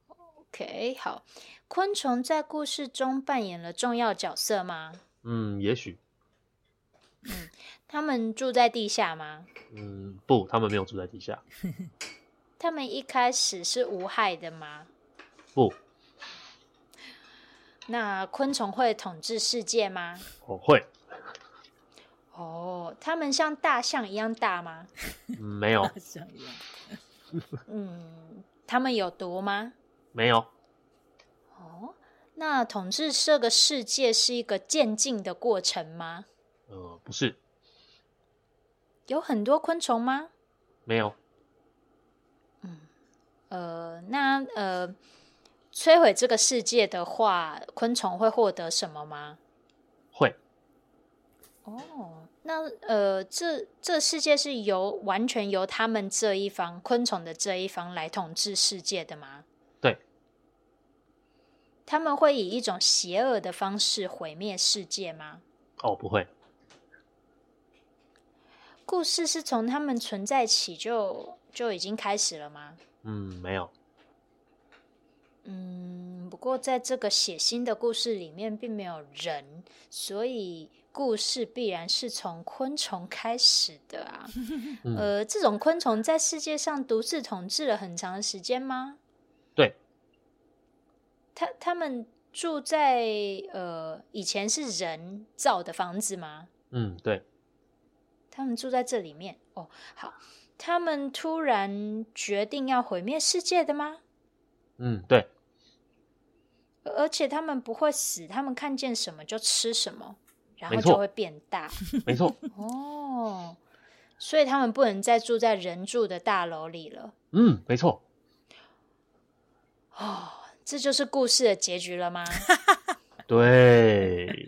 S1: ？OK，好，昆虫在故事中扮演了重要角色吗？
S3: 嗯也许
S1: 他们住在地下吗？
S3: 嗯不，他们没有住在地下，
S1: 他们一开始是无害的吗？
S3: 不，
S1: 那昆虫会统治世界吗？
S3: 我会
S1: 哦，他们像大象一样大吗？
S3: 嗯没有
S2: 大象 一样，
S1: 嗯，他们有毒吗？
S3: 没有
S1: 哦，那统治这个世界是一个渐进的过程吗？
S3: 呃不是
S1: 有很多昆虫吗？
S3: 没有
S1: 呃，那呃，摧毁这个世界的话，昆虫会获得什么吗？
S3: 会
S1: 哦，那呃，这这世界是由完全由他们这一方昆虫的这一方来统治世界的吗？
S3: 对，
S1: 他们会以一种邪恶的方式毁灭世界吗？
S3: 哦不会
S1: 故事是从他们存在起就就已经开始了吗？
S3: 嗯没有
S1: 嗯，不过在这个血腥的故事里面，并没有人，所以故事必然是从昆虫开始的啊。
S3: 嗯
S1: 呃，这种昆虫在世界上独自统治了很长的时间吗？
S3: 对
S1: 它它们住在呃以前是人造的房子吗？
S3: 嗯对
S1: 他们住在这里面哦。好，他们突然决定要毁灭世界的吗？
S3: 嗯对
S1: 而且他们不会死，他们看见什么就吃什么，然后
S3: 没错
S1: 就会变大
S3: 没错
S1: 哦。所以他们不能再住在人住的大楼里了
S3: 嗯没错
S1: 哦。这就是故事的结局了 吗？
S3: 对，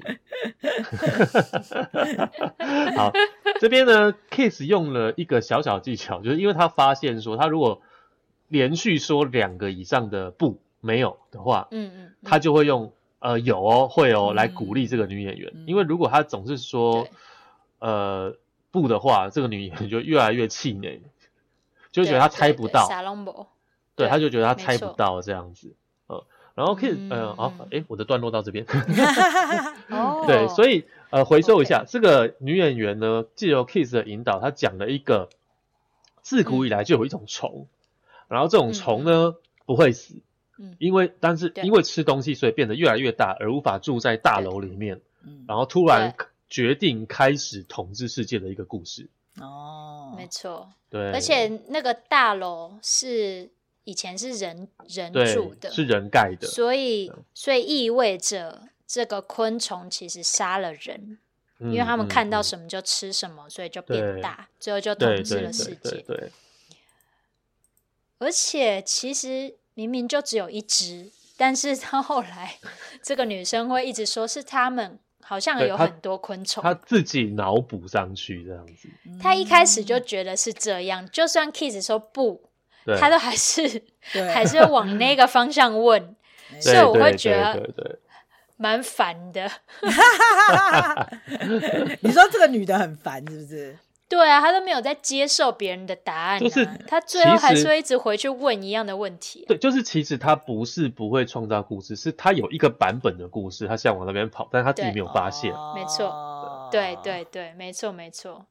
S3: 好，这边呢，Kiss 用了一个小小技巧，就是因为他发现说，他如果连续说两个以上的不没有的话，
S1: 嗯嗯，嗯
S3: 他就会用呃有哦会哦
S2: 嗯
S3: 来鼓励这个女演员，
S2: 嗯
S3: 因为如果他总是说
S1: 对
S3: 呃不的话，这个女演员就越来越气馁，就觉得她猜不到，
S1: 沙龙博，
S3: 对，
S1: 对
S3: 他就觉得他
S1: 没
S3: 猜
S1: 错
S3: 不到这样子，呃，然后 Kiss 呃
S1: 嗯
S3: 啊
S1: 嗯，
S3: 诶，我的段落到这边。
S2: 嗯
S1: 哦，
S3: 对，所
S1: 以
S3: 以呃，回收一下这个女演员呢，借由 Kiss 的引导，她讲了一个自
S1: 嗯
S3: 古以来就有一种虫，然后这种虫呢、不会死，
S1: 嗯
S3: 因为但是
S1: 对
S3: 因为吃东西，所以变得越来越大，而无法住在大楼里面，
S2: 嗯
S3: 然后突然决定开始统治世界的一个故事。
S2: 哦，
S1: 没错，
S3: 对，
S1: 而且那个大楼是以前是人人
S3: 对
S1: 住的，
S3: 是人盖的，
S1: 所以所以意味着这个昆虫其实杀了人，
S3: 嗯
S1: 因为他们看到
S3: 么
S1: 什么就吃什么，所以就
S3: 对
S1: 变大，最后就
S3: 对
S1: 统治
S3: 对
S1: 了世
S3: 对对
S1: 界。
S3: 对，
S1: 而且其实明明就只有一只，但是到后来这个女生会一直说是他们，好像
S3: 对
S1: 有
S3: 她
S1: 很多昆虫。
S3: 他自己脑补上去这样子，
S1: 她一开始就觉得是这样，就算 Kiss 说不，
S3: 嗯对，
S1: 她都还是
S2: 对
S1: 还是会往那个方向问。所以我会觉
S3: 对对
S1: 得
S3: 对对
S1: 蛮烦的。
S2: 你说这个女的很烦，是不是？
S1: 对啊，他都没有在接受别人的答案、啊，
S3: 就是
S1: 他最后
S3: 其实
S1: 还是会一直回去问一样的问题、啊
S3: 对，就是其实他不是不会创造故事，是他有一个版本的故事，他想往那边跑，但是他自己
S1: 对
S3: 没有发现。
S1: 没错
S2: 哦
S1: 对对对，没错没错。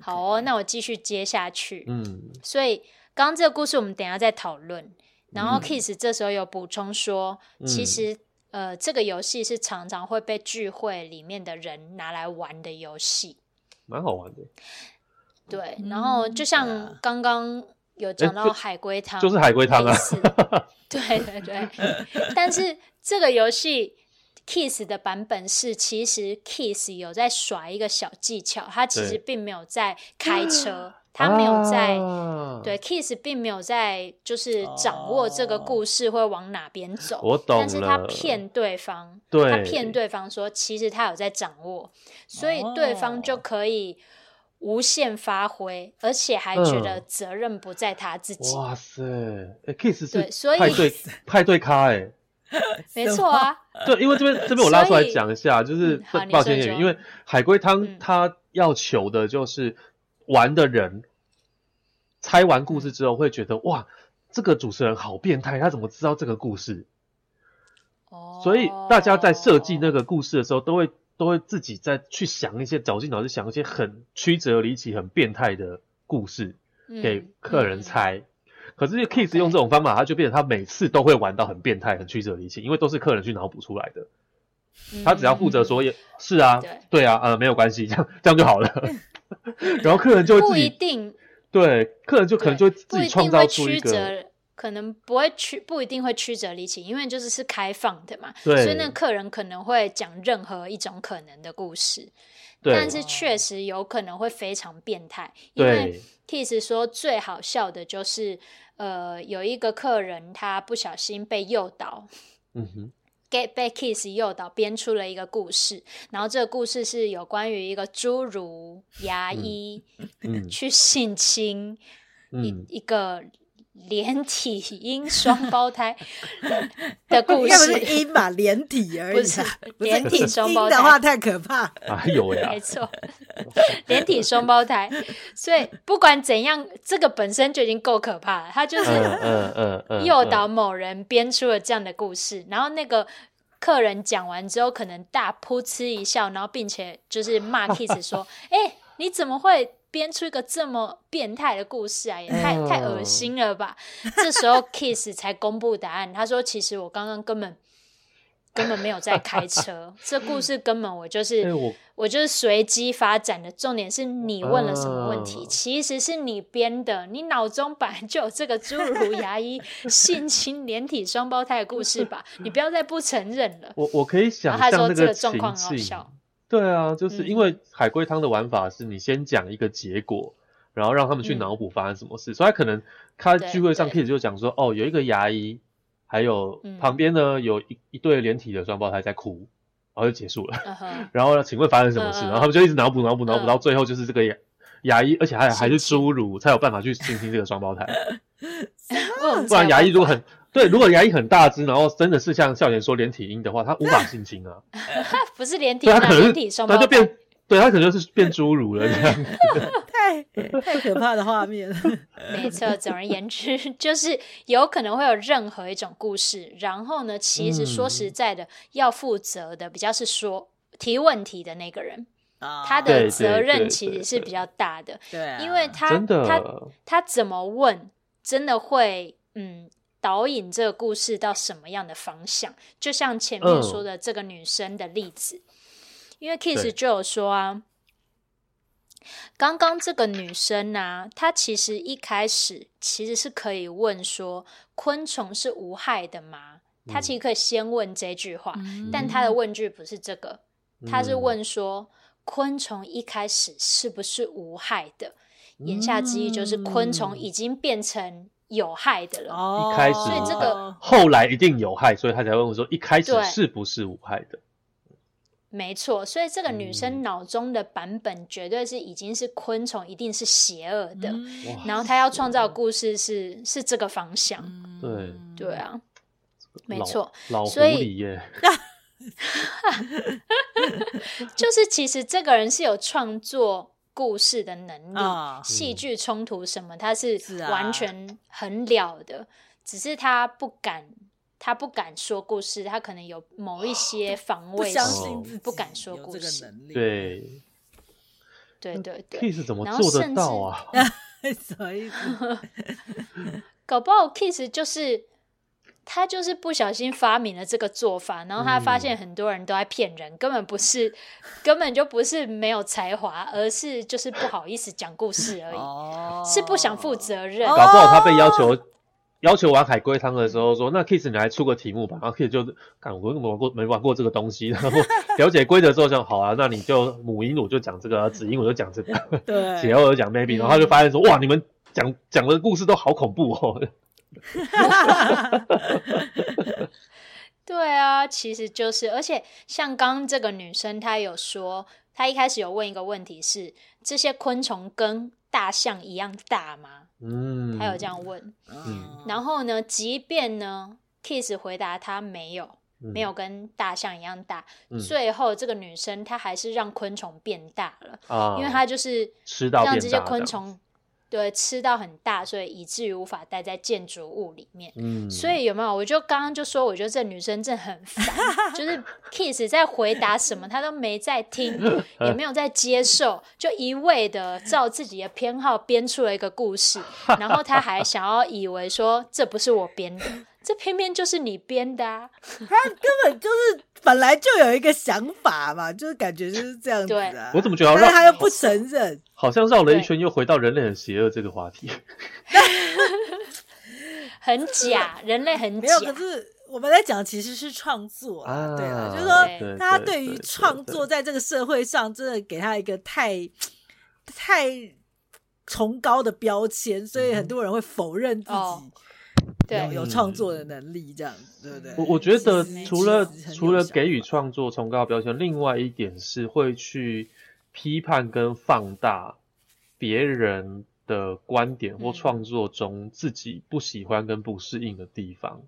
S1: 好哦，那我继续接下去。
S3: 嗯，
S1: 所以刚刚这个故事我们等一下再讨论。然后
S3: 嗯
S1: Kiss 这时候有补充说，其
S3: 嗯
S1: 实呃这个游戏是常常会被聚会里面的人拿来玩的游戏。
S3: 蛮好玩的，
S1: 对，
S3: 嗯
S1: 然后就
S2: 对
S1: 像
S2: 啊
S1: 刚刚有讲到
S3: 就
S1: 海龟汤，
S3: 哎就是海龟汤啊
S1: 类 似对对对，但是这个游戏 Kiss 的版本是，其实 Kiss 有在耍一个小技巧，他其实
S3: 对
S1: 并没有在开车，他没有在、
S3: 啊
S1: 对 Kiss 并没有在就是掌握这个故事会往哪边走，
S3: 哦我懂了
S1: 但是他骗对方，
S3: 对
S1: 他骗对方说其实他有在掌握，所以对方就可以无限发挥，而且还
S3: 嗯
S1: 觉得责任不在他自己。
S3: 哇塞、欸、，Kiss 是
S1: 对所以
S3: 派对 派对咖哎、欸，
S1: 没错 啊，
S3: 对，因为这边这边我拉出来
S1: 所以
S3: 讲一下，就是
S1: 嗯好你
S3: 抱
S1: 说
S3: 歉
S1: 你
S3: 演员，
S1: 说
S3: 因为海龟
S1: 嗯
S3: 汤它要求的就是玩的人猜完故
S1: 嗯
S3: 事之后会觉得哇，这个主持人好变态，他怎么知道这个故事？
S1: 哦
S3: 所以大家在设计那个故事的时候，都会都会自己再去想一些绞尽脑汁想一些很曲折离奇、很变态的故事
S1: 嗯
S3: 给客人、猜。可是 Kiss 用这种方法，他就变成他每次都会玩到很变态、很曲折离奇，因为都是客人去脑补出来的。
S1: 嗯嗯嗯
S3: 他只要负责说，也是啊
S1: 对，
S3: 对啊，呃，没有关系，这样这样就 好了。然后客人就会
S1: 嗯不
S3: 自
S1: 一
S3: 己
S1: 定
S3: 对，客人就可能就会
S1: 不
S3: 自
S1: 一
S3: 己创
S1: 定
S3: 造
S1: 会
S3: 出
S1: 曲
S3: 一个，
S1: 折，可能不会曲，不一定会曲折离奇，因为就是是开放的嘛，
S3: 对
S1: 所以那个客人可能会讲任何一种可能的故事，
S3: 对
S1: 但是确实有可能会非常变态，因为
S3: 对
S1: Kiss 说最好笑的就是，呃，有一个客人他不小心被诱导，
S3: 嗯哼，
S1: Get Back Kiss 诱导编出了一个故事，然后这个故事是有关于一个侏儒牙医、
S3: 嗯
S1: 去性侵
S3: 嗯，
S1: 一个连体婴双胞胎的故
S2: 要不是
S1: 事，
S2: 阴嘛，连体而已、
S1: 不
S2: 啊，
S1: 是
S2: 不是
S1: 连体双胞
S2: 阴的话
S1: 胎，
S2: 太可怕。
S3: 哎呦喂 啊
S1: 没，错，连体双胞胎。所以不管怎样，这个本身就已经够可怕了，他就是
S3: 嗯嗯嗯嗯，
S1: 诱
S3: 嗯
S1: 导某人编出了这样的故事，然后那个客人讲完之后，可能大噗嗤一笑，然后并且就是 骂 Kiss 说：“哎、你怎么会编出一个这么变态的故事啊？也太
S3: 嗯
S1: 太恶心了吧！”这时候 Kiss 才公布答案，他说：“其实我刚刚根本。”根本没有在开车，这故事根本我就是、
S3: 哎我
S1: 就是随机发展的。重点是你问了什么问题，
S3: 啊
S1: 其实是你编的，你脑中本来就有这个侏儒牙 医性侵连体双胞胎的故事吧？你不要再不承认了。
S3: 我我可以想
S1: 然后他
S3: 象
S1: 说
S3: 那
S1: 这个状
S3: 情
S1: 况很好
S3: 境
S1: 笑，，
S3: 对啊，就是因
S1: 嗯
S3: 为海龟汤的玩法是你先讲一个结果，然后让他们去
S1: 嗯
S3: 脑补发生什么事，所以他可能他
S1: 对
S3: 聚会上
S1: 对
S3: Kiss 就讲说，哦，有一个牙医，还有
S1: 嗯
S3: 旁边呢有一一对连体的双胞胎在哭，然后就结束了。
S1: 嗯哼，
S3: 然后呢，请问发生什么事？
S1: 嗯嗯
S3: 然后他们就一直脑补脑补脑补，
S1: 嗯
S3: 到最后就是这个牙牙医，而且还还是
S1: 性侵
S3: 侏儒，才有办法去性侵这个双 胞胎。
S1: 为我们
S3: 不然
S1: 才
S3: 牙医
S1: 有
S3: 如果很对，如果牙医很大只，然后真的是像笑莲说连体婴的话，他无 法性侵啊，
S1: 办法不是连体
S3: 对
S1: 啊，
S3: 他可能
S1: 连
S3: 是
S1: 体双
S3: 他
S1: 胞
S3: 就
S1: 胎，嗯
S3: 变。对他可能就是变侏儒了这样，
S2: 太太可怕的画面了。
S1: 没错。总而言之， 就是有可能会有任何一种故事。然后呢，其实说
S3: 嗯
S1: 实在的，要负责的比较是说提问题的那个人。 他
S2: 他
S1: 的
S3: 对
S1: 责任
S3: 对
S1: 其实
S3: 对
S1: 是
S3: 对
S1: 比较大的，
S2: 对啊、
S1: 因为他
S3: 真的
S1: 他他怎么问，真的会嗯导引这个故事到什么样的方向。就像前面
S3: 嗯
S1: 说的这个女生的例子，因为 Kiss
S3: 对
S1: 就有说啊，刚刚这个女生啊，她其实一开始其实是可以问说昆虫是无害的吗？她
S3: 嗯
S1: 其实可以先问这句话，
S2: 嗯，
S1: 但她的问句不是这个，他是
S3: 嗯
S1: 问说，昆虫一开始是不是无害的？言下之意就是昆虫
S3: 嗯
S1: 已经变成有害的了。
S2: 哦
S3: 一开始
S1: 所以这个
S3: 后来一定有害，所以他才问我说一开始
S1: 对
S3: 是不是无害的？
S1: 没错，所以这个女生
S3: 嗯
S1: 脑中的版本绝对是已经是昆虫一定是邪恶的，
S2: 嗯
S3: 哇
S1: 然后她要创造的故事是是这个方向。
S2: 嗯
S3: 对
S1: 对啊，没
S3: 老
S1: 错，
S3: 老狐
S1: 所以
S3: 狸耶，
S1: 就是其实这个人是有创作故事的能力，
S2: 啊
S1: 戏剧冲突什么，他是
S2: 是啊
S1: 完全很了的，只是他不敢，他不敢说故事，他可能有某一些防
S2: 哦不
S1: 卫
S2: 相
S1: 心，
S2: 信自己
S1: 不敢说
S2: 有
S1: 故
S2: 这个
S1: 事
S2: 能力，
S3: 对
S1: 对
S2: 嗯
S1: 对对，
S3: ，Kiss 怎么
S1: 然后
S3: 做得
S1: 甚
S3: 到
S1: 至哦
S3: 啊？
S2: 什么意思？
S1: 搞不好 Kiss 就是。他就是不小心发明了这个做法，然后他发
S2: 嗯
S1: 现很多人都在骗人，根本不是，根本就不是没有才华，而是就是不好意思讲故事而已，
S2: 哦，
S1: 是不想负责任。
S3: 搞不好他被要求要求玩海龟汤的时候说，那 Kiss 你来出个题目吧，然后 Kiss 就看我根本玩过没玩过这个东西，然后 了解规则之后想好啊，那你就母鹦鹉就讲这个，子鹦鹉就讲这个，啊
S2: 对，
S3: 企鹅就讲 maybe，然后他就
S1: 嗯
S3: 发现说，哇，你们讲讲的故事都好恐怖哦，
S1: 对啊，其实就是，而且像刚刚这个女生，她有说，她一开始有问一个问题是：这些昆虫跟大象一样大吗？
S3: 嗯，
S1: 她有这，样问。
S2: 嗯
S1: 然后呢，即便呢，Kiss 回答她没有，没
S3: 没
S1: 有跟大象一样大。
S3: 嗯
S1: 最后这个女生她还是让昆虫变大了，
S3: 啊，
S1: 因为她就是
S3: 吃到
S1: 让
S3: 变
S1: 这些
S3: 大
S1: 昆
S3: 样，
S1: 虫对吃到很大，所以以至于无法待在建筑物里面。
S3: 嗯，
S1: 所以有没有？我就刚刚就说，我觉得这女生真的很烦，就是 Kiss 在回答什么，她都没在听，也没有在接受，就一味的照自己的偏好编出了一个故 事，然后她还想要以为说这不是我编的，这偏偏就是你编的啊！
S2: 他根本就是本来就有一个想法嘛，就是感觉就是这样子啊。
S3: 我怎么觉得
S2: 但是他
S3: 让
S2: 又不承认，
S3: 好像绕了一
S1: 对
S3: 圈又回到人类很邪恶这个话题，
S1: 很假，人类很
S2: 没
S1: 假
S2: 有。，可是我们在讲其实是创作啊，
S3: 啊，
S2: 对啊，就是
S1: 对
S2: 说
S3: 对
S2: 他
S3: 对
S2: 对于
S3: 对
S2: 创
S3: 对
S2: 作在这个社会上，真的给他一个太太崇高的标签，所以很多人会否认自
S1: 哦
S2: 己有
S1: 对
S2: 有
S3: 嗯
S2: 创作的能力，这样对不对？
S3: 我我觉得
S2: 其实
S3: 除了
S2: 其实很有
S3: 除了
S2: 想
S3: 给予
S2: 法
S3: 创作崇高的标签，另外一点是会去批判跟放大别人的观点或
S1: 嗯
S3: 创作中自己不喜欢跟不适应的地方，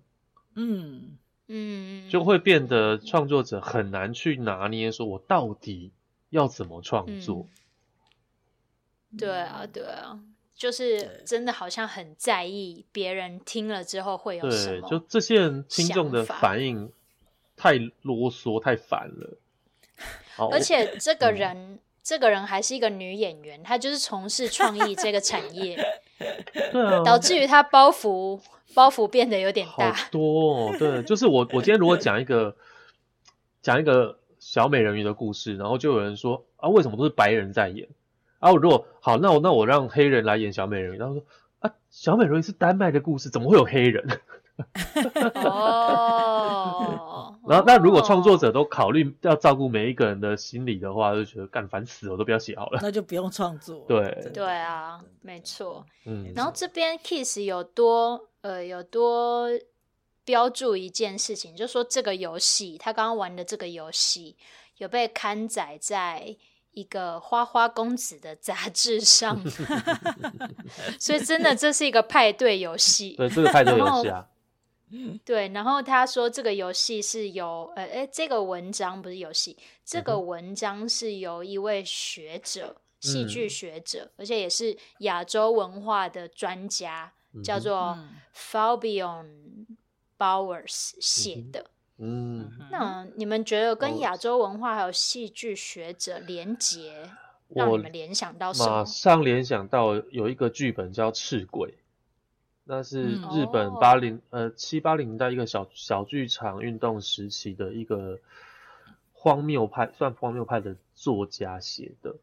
S2: 嗯，
S1: 嗯，
S3: 就会变得创作者很难去拿捏，说我到底要怎
S1: 嗯
S3: 么创作？
S1: 对啊，对啊，就是真的好像很在意别人听了之后会有什
S3: 对，就
S1: 么，
S3: 这些人听众的
S1: 想法
S3: 反应太啰嗦，太烦 了。好
S1: 而且这个
S3: 嗯
S1: 人。这个人还是一个女演员，她就是从事创意这个产 业，
S3: 对啊，
S1: 导致于她包袱包袱变得有点
S3: 好
S1: 大。
S3: 多哦，对，就是我我今天如果讲一个讲一个小美人鱼的故事，然后就有人说啊，为什么都是白人在演？啊，我如果好，那我那我让黑人来演小美人鱼，然后说啊，小美人鱼是丹麦的故事，怎么会有黑人？，
S1: 哦
S3: 然后那如果创作者都考虑要照顾每一个人的心理的话，就觉得干烦死了，我都不要写好了。
S2: 那就不用创作。
S3: 对
S2: 真的
S1: 对啊，没错。
S3: 嗯，
S1: 然后这边 Kiss 有多呃有多标注一件事情，就说这个游戏他刚刚玩的这个游戏有被刊载在一个花花公子的杂志 上，所以真的这是一个派对游戏。
S3: 对这个太多
S1: 然
S3: 游
S1: 后
S3: 戏啊，
S1: 对，然后他说这个游戏是由呃诶，这个文章不是游戏，这
S3: 嗯
S1: 个文章是由一位学者，戏剧
S3: 嗯
S1: 学者，而且也是亚洲文化的专家，叫
S3: 嗯哼
S1: 做
S2: 嗯
S1: Fabian Bowers 写的。
S3: 嗯，哦
S1: 那你们觉得跟
S3: Bowers
S1: 亚洲文化还有戏剧学者连结，让
S3: 我
S1: 你们联想到什
S3: 马
S1: 么？
S3: 上联想到有一个剧本叫《赤鬼》，那是
S2: 嗯
S3: 日本
S1: 哦
S3: 八零、呃七八零年代一个小小剧场运动时期的一个荒谬派，算荒谬派的作家写的。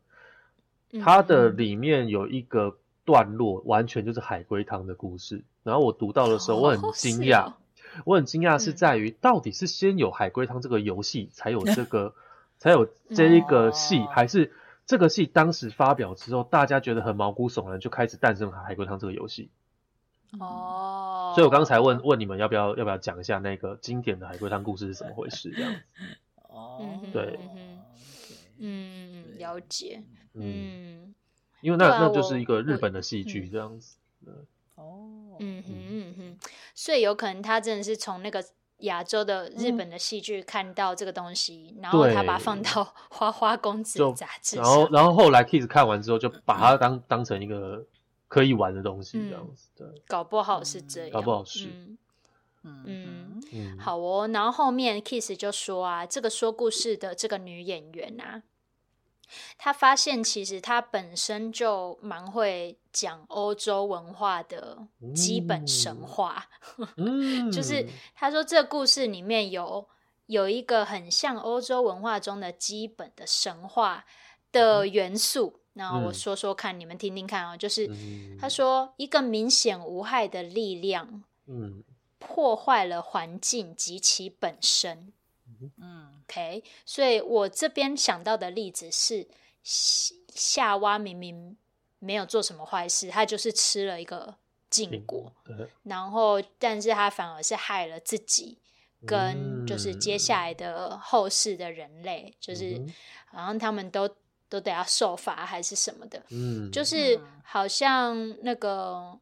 S1: 嗯
S3: 它的里面有一个段落，完全就是海龟汤的故事。然后我读到的时候，我很
S1: 哦
S3: 惊
S1: 是
S3: 讶，
S1: 哦
S3: 我很惊讶是
S1: 嗯
S3: 在于，到底是先有海龟汤这个游戏，才有 这个，才有这一个戏，
S2: 哦
S3: 还是这个戏当时发表之后，大家觉得很毛骨悚然，就开始诞生海龟汤这个游戏？
S1: 哦，
S3: 所以我刚才问问你们要不要要不要讲一下那个经典的海龟汤故事是怎么回事？这样子，
S2: 哦
S1: 嗯哼，
S3: 对
S1: 嗯哼
S2: OK
S1: 嗯，了解，
S3: 嗯，
S1: 嗯
S3: 因为那、
S1: 对啊
S3: 那就是一
S1: 我
S3: 个日
S1: 我
S3: 本的戏剧
S1: 嗯
S3: 这样子，
S2: 哦，
S3: 嗯
S1: 嗯哼嗯哼，所以有可能他真的是从那个亚洲的日
S3: 嗯
S1: 本的戏剧看到这个东西，然后他把它放到《 花花公子
S3: 就》
S1: 杂志
S3: 然
S1: 上，
S3: 后然后后来 Kiss 看完之后，就把它当当成一个可以玩的东西这
S1: 嗯
S3: 样子，对，
S1: 搞不好是这样，
S3: 搞不好是
S1: 嗯
S2: 嗯
S1: 嗯
S2: 嗯
S3: 嗯，
S1: 好哦，然后后面 Kiss 就说啊，这个说故事的这个女演员啊，她发现其实她本身就蛮会讲欧洲文化的基本神
S3: 哦
S1: 话，
S3: 嗯，
S1: 就是她说这故事里面有有一个很像欧洲文化中的基本的神话的元素。那我
S3: 嗯
S1: 说说看，你们听听看啊、哦，就是
S3: 嗯
S1: 她说一个明显无害的力量
S3: 嗯
S1: 破坏了环境及其本身。
S2: 嗯
S1: OK，所以我这边想到的例子是夏夏娃明明没有做什么坏事，她就是吃了一个禁果，，
S3: 对
S1: 然后但是她反而是害了自己。跟就是接下来的后世的人类，就是
S3: 嗯哼
S1: 好像他们都都得要受罚还是什么的，
S3: 嗯，
S1: 就是
S2: 嗯
S1: 好像那个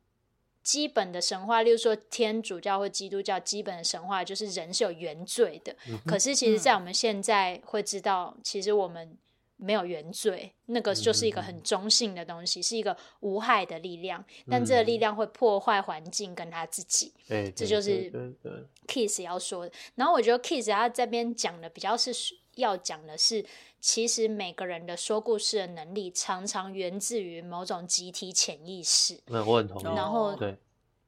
S1: 基本的神话，例如说天主教或基督教基本的神话，就是人是有原罪的。
S3: 嗯哼
S1: 可是其实，在
S2: 嗯
S1: 我们现在会知道，其实我们没有原罪，那
S3: 嗯
S1: 个就是一个很中性的东西，是一个无害的力量。但这个
S3: 嗯
S1: 力量会破坏环境跟他自己。
S3: 对，
S1: 这
S3: 对
S1: 就是
S3: 对对对
S1: Kiss 要说的。然后我觉得 Kiss 他这边讲的比较是要讲的是，其实每个人的说故事的能力常常源自于某种集体潜意识。
S3: 那我很同意，
S1: 然后
S3: 哦对，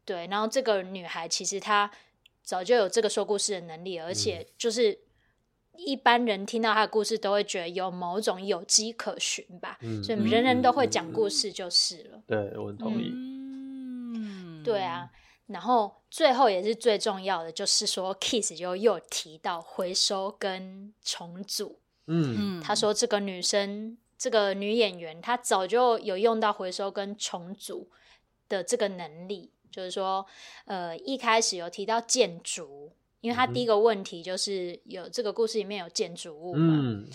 S1: 对，然后这个女孩其实她早就有这个说故事的能力，而且
S3: 嗯
S1: 就是一般人听到她的故事都会觉得有某种有迹可循吧，
S3: 嗯，
S1: 所以
S3: 嗯
S1: 人人都会
S3: 嗯
S1: 讲
S3: 嗯
S1: 故事就是了。
S3: 对我很同意，
S2: 嗯
S1: 对啊，，然后最后也是最重要的，就是说 Kiss 就又提到回收跟重组。
S3: 嗯
S2: 嗯，
S1: 他说这个女生，这个女演员，她早就有用到回收跟重组的这个能力。就是说，呃，一开始有提到建筑，因为她
S3: 嗯哼
S1: 第一个问题就是有这个故事里面有建筑物嘛，
S3: 嗯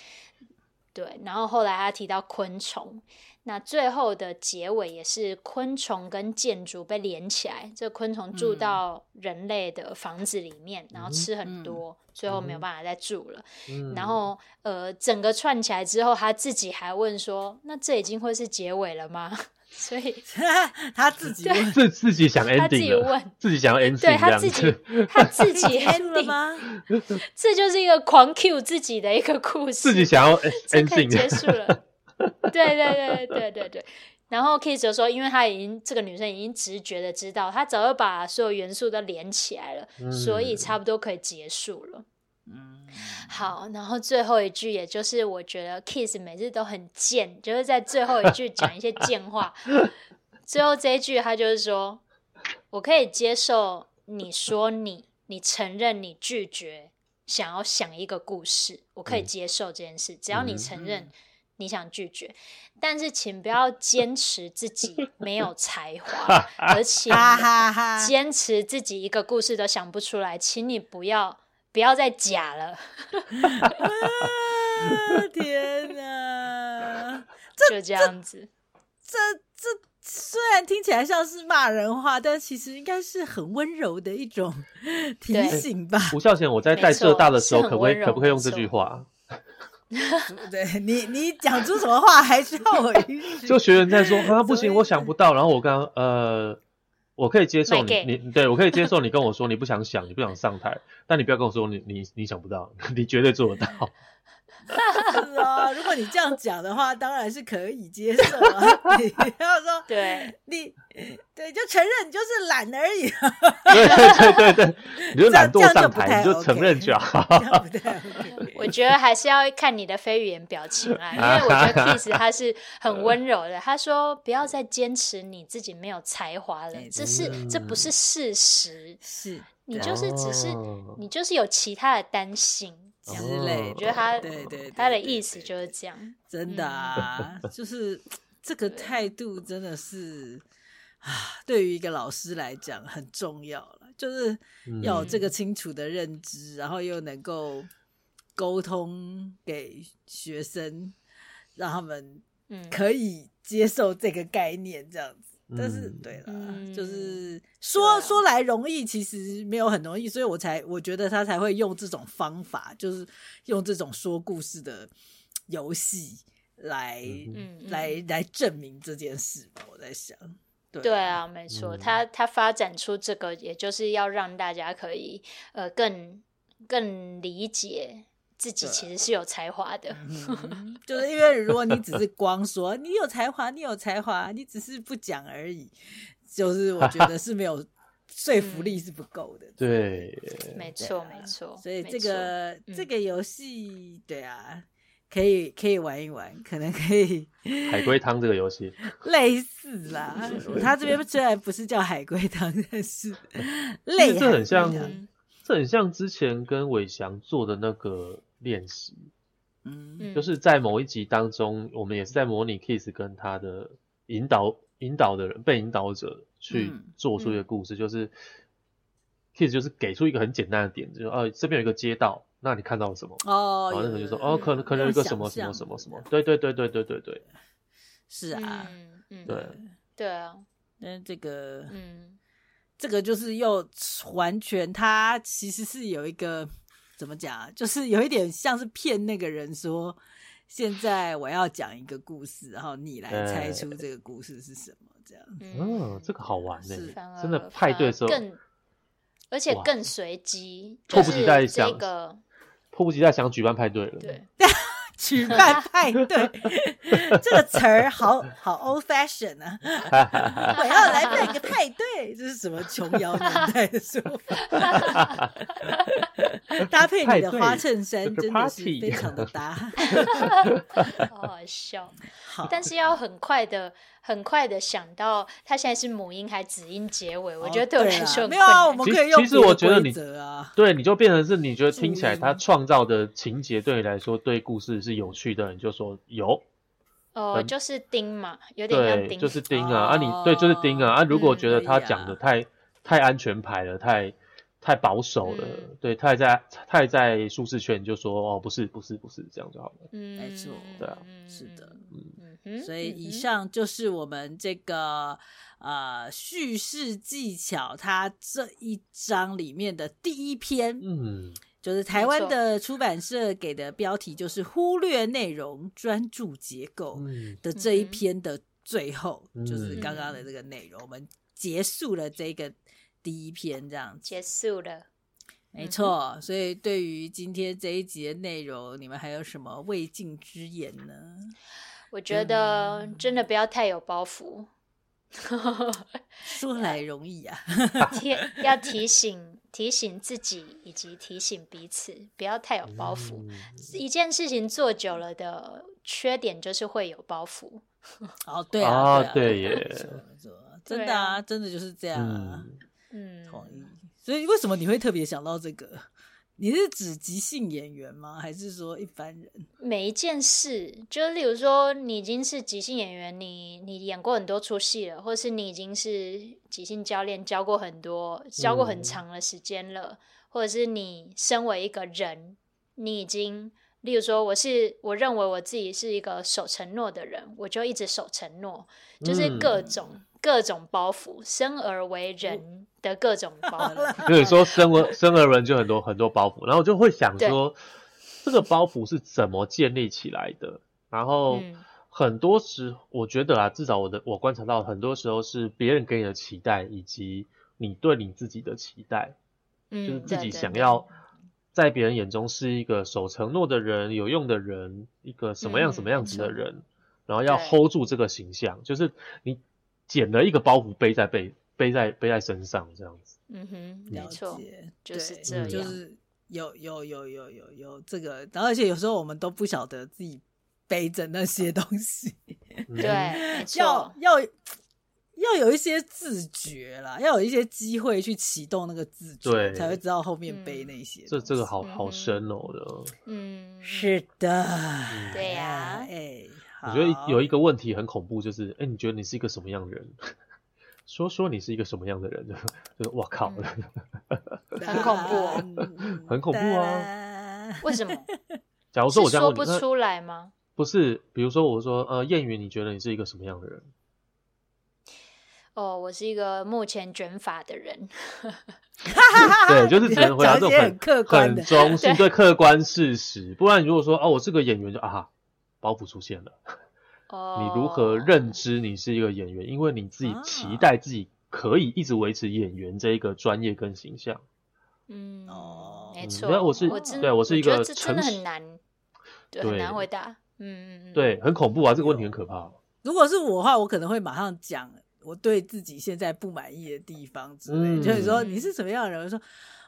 S1: 对。然后后来她提到昆虫，那最后的结尾也是昆虫跟建筑被连起来，这昆虫住
S2: 嗯
S1: 到人类的房子里面，然后
S3: 嗯
S1: 吃很
S2: 嗯
S1: 多，最后没有
S3: 嗯哼
S1: 办法再住了。
S3: 嗯，
S1: 然后呃，整个串起来之后，他自己还问说：“那这已经会是结尾了吗？” 所以
S2: 他自己
S1: 对
S3: 自自己想
S1: 他自己
S3: ending 了，
S1: 问，
S3: 自己想要 ending
S1: 对
S3: 这
S1: 他
S3: 样
S1: 自己
S3: 子，
S1: 他自 己
S2: 结束了
S1: ending，
S2: 吗？
S1: 这就是一个狂 Q 自己的一个故事，
S3: 自己想要
S1: 这可以结
S3: ending
S1: 束了。对对对对对对。然后 Kiss 就说，因为他已经这个女生已经直觉的知道，她早就把所有元素都连起来了，所以
S3: 嗯
S1: 差不多可以结束了。
S2: 嗯，
S1: 好，然后最后一句，也就是我觉得 Kiss 每次都很贱，就是在最后一句讲一些贱话。最后这一句，他就是说：“我可以接受你说你，你承认你拒绝想要想一个故事，我可以
S3: 嗯
S1: 接受这件事，只要你
S3: 嗯
S1: 承认
S2: 嗯
S1: 你想拒绝，但是请不要坚持自己没有才华，而且
S2: 啊哈哈哈，
S1: 坚持自己一个故事都想不出来，请你不要不要再假了。”
S2: 啊 天哪！
S1: 就这样子。
S2: 这这虽然听起来像是骂人话，但其实应该是很温柔的一种提
S1: 对
S2: 醒吧？
S3: 吴孝贤，我在
S1: 没
S3: 带浙大
S1: 错
S3: 的
S1: 是
S3: 时候，
S1: 很
S3: 可不可
S1: 温
S3: 以
S1: 柔
S3: 可不可以
S1: 没
S3: 用这句
S1: 错
S3: 话？
S2: 对你，你讲出什么话还需要我允 许？
S3: 就学员在说啊，不
S2: 所以
S3: 行，我想不到。然后我刚呃，我可以接受
S1: 卖
S3: 你
S1: 给，
S3: 你对我可以接受你跟我说你不想想，你不想上台， 但你不要跟我说你你你想不到， 你绝对做得到。
S2: 是啊，如果你这样讲的话，当然是可以接受 啊。你要说
S1: 对，
S2: 你，对，就承认你就是懒而已，啊
S3: 对对对对对，你就
S2: 这样
S3: 懒惰上台，你
S2: 这样就不太
S3: 就承认就好。
S2: 这样不太 OK。
S1: 我觉得还是要看你的非语言表情啦，因为我觉得 Kiss 他是很温柔的，他说不要再坚持你自己没有才华了
S2: 没，
S1: 这是
S3: 错
S1: 这不是事实，
S2: 是
S1: 你就是只是
S3: 哦
S1: 你就是有其他的担心。这
S2: 之
S1: 样
S3: 哦
S2: 类的，
S1: 我觉得他
S2: 对对，
S1: 他的
S2: 对
S1: 意思
S2: 对
S1: 就是嗯这样，
S2: 真的啊， 就是这个态度真的是啊，对于一个老师来讲很重要了，就是
S1: 嗯
S2: 要有这个清楚的认知，然后又能够沟通给学生，让他们
S1: 嗯，
S2: 可以接受这个概念，这样子。但是
S3: 嗯
S2: 对啦，
S1: 嗯
S2: 就
S1: 对
S2: 是
S1: 啊
S2: 说说来容易，其实没有很容易，所以我才我觉得他才会用这种方法，就是用这种说故事的游戏来
S3: 嗯
S1: 嗯，嗯
S2: 来来证明这件事吧。我在想，对
S1: 对，啊，没错，
S3: 嗯
S1: 他他发展出这个，也就是要让大家可以呃更更理解自己
S2: 对啊
S1: 其实是有才华的。
S2: 嗯 就是因为如果你只是光说你有才华，你有才华，你只是不讲而已，就是我觉得是没有说服力是不够的。
S3: 对，
S1: 没
S2: 对
S1: 错，
S2: 啊
S1: 没错。
S2: 所以
S1: 哦没
S2: 这
S1: 错
S2: 个
S1: 嗯
S2: 这个游戏，对啊，可以可以玩一玩，可能可以
S3: 海龟汤这个游戏，
S2: 类似啦。他这边虽然不是叫海龟汤，但 是
S3: 其
S2: 类
S3: 实
S2: 似
S3: 这很像
S1: 嗯
S3: 这很像之前跟伟翔做的那个练习，
S2: 嗯
S1: 嗯，
S3: 就是在某一集当中，我们也是在模拟 Kiss 跟他的引导引导的人被引导者去
S2: 嗯
S3: 做出一个故事，就是 Kiss 就是给出一个很简单的点，就是呃这边有一个街道，那你看到了什么？
S2: 哦，
S3: 然后那
S2: 有
S3: 个就说
S2: 有
S3: 哦
S2: 有
S3: 可能可能有
S2: 有
S3: 一个
S2: 想
S3: 什么什么
S2: 象
S3: 什么什么
S2: 的，
S3: 对对对对对对对，
S2: 是啊，
S1: 嗯嗯，
S3: 对
S1: 对啊，
S2: 但是这个
S1: 嗯
S2: 这个就是又完全，他其实是有一个怎么讲啊，就是有一点像是骗那个人说，现在我要讲一个故事，然后你来
S3: 哎
S2: 猜出这个故事是什么，这样。
S3: 嗯，这个好玩呢、
S2: 是
S1: 反而
S3: 真的派对的时候
S1: 反而更，而且
S3: 哇
S1: 更随机，
S3: 迫
S1: 就
S3: 不及
S1: 是
S3: 待
S1: 这
S3: 想
S1: 个
S3: 迫不及待想举办派对了，
S1: 对，
S2: 举办派对 这个词儿好好 old fashion 啊！ 我要来办一个派对，这是什么琼瑶年代的说法？ 搭配你的花衬衫
S3: 派
S2: 真
S3: 对
S2: 的是
S3: party
S2: 非常的搭。
S1: 好好笑。
S2: 好，
S1: 但是要很快的、很快的想到，它现在是母音还子音结尾，我觉得对我
S2: 哦
S1: 来
S2: 啦
S1: 说很
S2: 没
S1: 困
S2: 有啊，我
S1: 难。
S2: 们
S3: 其
S2: 可以
S3: 实
S2: 用
S3: 其实
S2: 别的
S3: 我觉得
S2: 规
S3: 你
S2: 则啊，
S3: 对，你就变成是你觉得听起来
S2: 注意
S3: 他创造的情节对你来说对故事是有趣的，你就说有，
S1: 哦，
S3: 很
S1: 就是丁嘛，有点像
S3: 嗯对，
S1: 丁，
S3: 就是丁啊，啊你
S2: 哦
S3: 对就是丁啊啊，如果
S1: 嗯
S3: 觉得
S2: 可以
S3: 他讲的
S2: 啊
S3: 太太安全牌了，太太保守了
S1: 嗯，
S3: 对，太在太在舒适圈，你就说哦不是不是不是这样就好了，
S1: 嗯，
S2: 没错
S3: 对啊
S1: 嗯
S2: 是的，
S1: 嗯哼
S2: 所以
S1: 嗯
S2: 以
S1: 哼
S2: 上就是我们这个呃叙事技巧它这一章里面的第一篇，
S3: 嗯，
S2: 就是台湾的出版社给的标题就是“忽略内容，专注结构
S3: 嗯”
S2: 的这一篇的最后，
S3: 嗯
S2: 就是刚刚的这个内容，我们结束了这个第一篇这样子。
S1: 结束了。嗯
S2: 没错，所以对于今天这一集的内容，你们还有什么未尽之言呢？
S1: 我觉得
S2: 嗯
S1: 真的不要太有包 袱，
S2: 说来容易啊，
S1: 提要提醒提醒自己以及提醒彼此，不要太有包袱。
S3: 嗯
S1: 一件事情做久了的缺点就是会有包袱。
S2: 哦，对啊，
S3: 啊
S2: 对啊
S3: 对耶
S2: 没错没错真
S1: 对
S2: 的
S1: 啊
S2: 啊，真的就是这样啊，
S3: 嗯
S1: 嗯，
S2: 同意。所以为什么你会特别想到这个？你是指即兴演员吗？还是说一般人？
S1: 每一件事，就例如说，你已经是即兴演员，你你演过很多出戏了，或是你已经是即兴教练，教过很多，教过很
S3: 嗯
S1: 长的时间了，或者是你身为一个人，你已经，例如说，我是我认为我自己是一个守承诺的人，我就一直守承诺，就是各
S3: 嗯
S1: 种、各种包袱，生而为人的各种包袱，
S3: 因为你说生而生而人就很多很多包袱，然后我就会想
S1: 对
S3: 说，这个包袱是怎么建立起来的？然后
S1: 嗯
S3: 很多时，我觉得啊，至少我的我观察到，很多时候是别人给你的期待，以及你对你自己的期待，
S1: 嗯，
S3: 就是自
S1: 对
S3: 己
S1: 对
S3: 想
S1: 对
S3: 要在别人眼中是一个守承诺的人、有用的人、一个什么样什么
S1: 嗯
S3: 样
S1: 没
S3: 子的
S1: 错
S3: 人，然后要
S1: 对
S3: hold 住这个形象，就是你捡了一个包袱背在背背在背在身上这样 子。
S1: 嗯哼，没
S2: 了
S1: 错，
S2: 解，
S1: 就是
S2: 对
S3: 嗯
S1: 这样
S2: 就是有有有有有有这个，然后而且有时候我们都不晓得自己背着那些东西，
S3: 嗯
S1: 对， 没错
S2: 要。要要有一些自觉啦，要有一些机会去启动那个自觉，
S3: 对
S2: 才会知道后面背那些
S3: 这
S2: 东西、
S3: 这个好
S1: 嗯
S3: 好
S1: 哼
S3: 深哦的，
S1: 嗯，
S2: 是的，
S1: 对呀
S2: 哎、
S3: 我觉得
S2: 好
S3: 有一个问题很恐怖，就是哎，你觉得你是一个什么样的人？ 说说你是一个什么样的人？ 就是哇靠，
S1: 嗯很恐怖哦
S2: 嗯
S3: 很恐怖啊！
S2: 哒
S1: 为什么？
S3: 假如
S1: 是
S3: 说我这样
S1: 说
S3: 问你，
S1: 不
S3: 那
S1: 出来吗？
S3: 不是，比如说我说呃，谚语，你觉得你是一个什么样的人？
S1: 哦，我是一个目前卷发的人，
S2: 嗯
S3: 对，就是只能回答
S2: 讲
S3: 这种
S2: 一些很
S3: 很
S2: 客观
S3: 很
S2: 的。
S3: 中性、
S1: 对
S3: 对客观事实。不然，如果说哦，我是个演员，就啊哈，包袱出现了。
S1: 哦，啊
S3: 你如何认知你是一个演员？因为你自己期待自己可以一直维持演员这一个专业跟形象。
S1: 嗯，
S2: 哦
S1: 没
S3: 嗯
S1: 错，
S3: 那我是
S1: 真
S3: 对我是一
S1: 觉得
S3: 个
S1: 这真的
S3: 诚实
S1: 很难，对，
S3: 对
S1: 很难回答。嗯，嗯嗯，
S3: 对，很恐怖啊，这个问题很可怕。
S2: 如果是我的话，我可能会马上讲我对自己现在不满意的地方之类。
S3: 嗯
S2: 就是说你是什么样的人？我说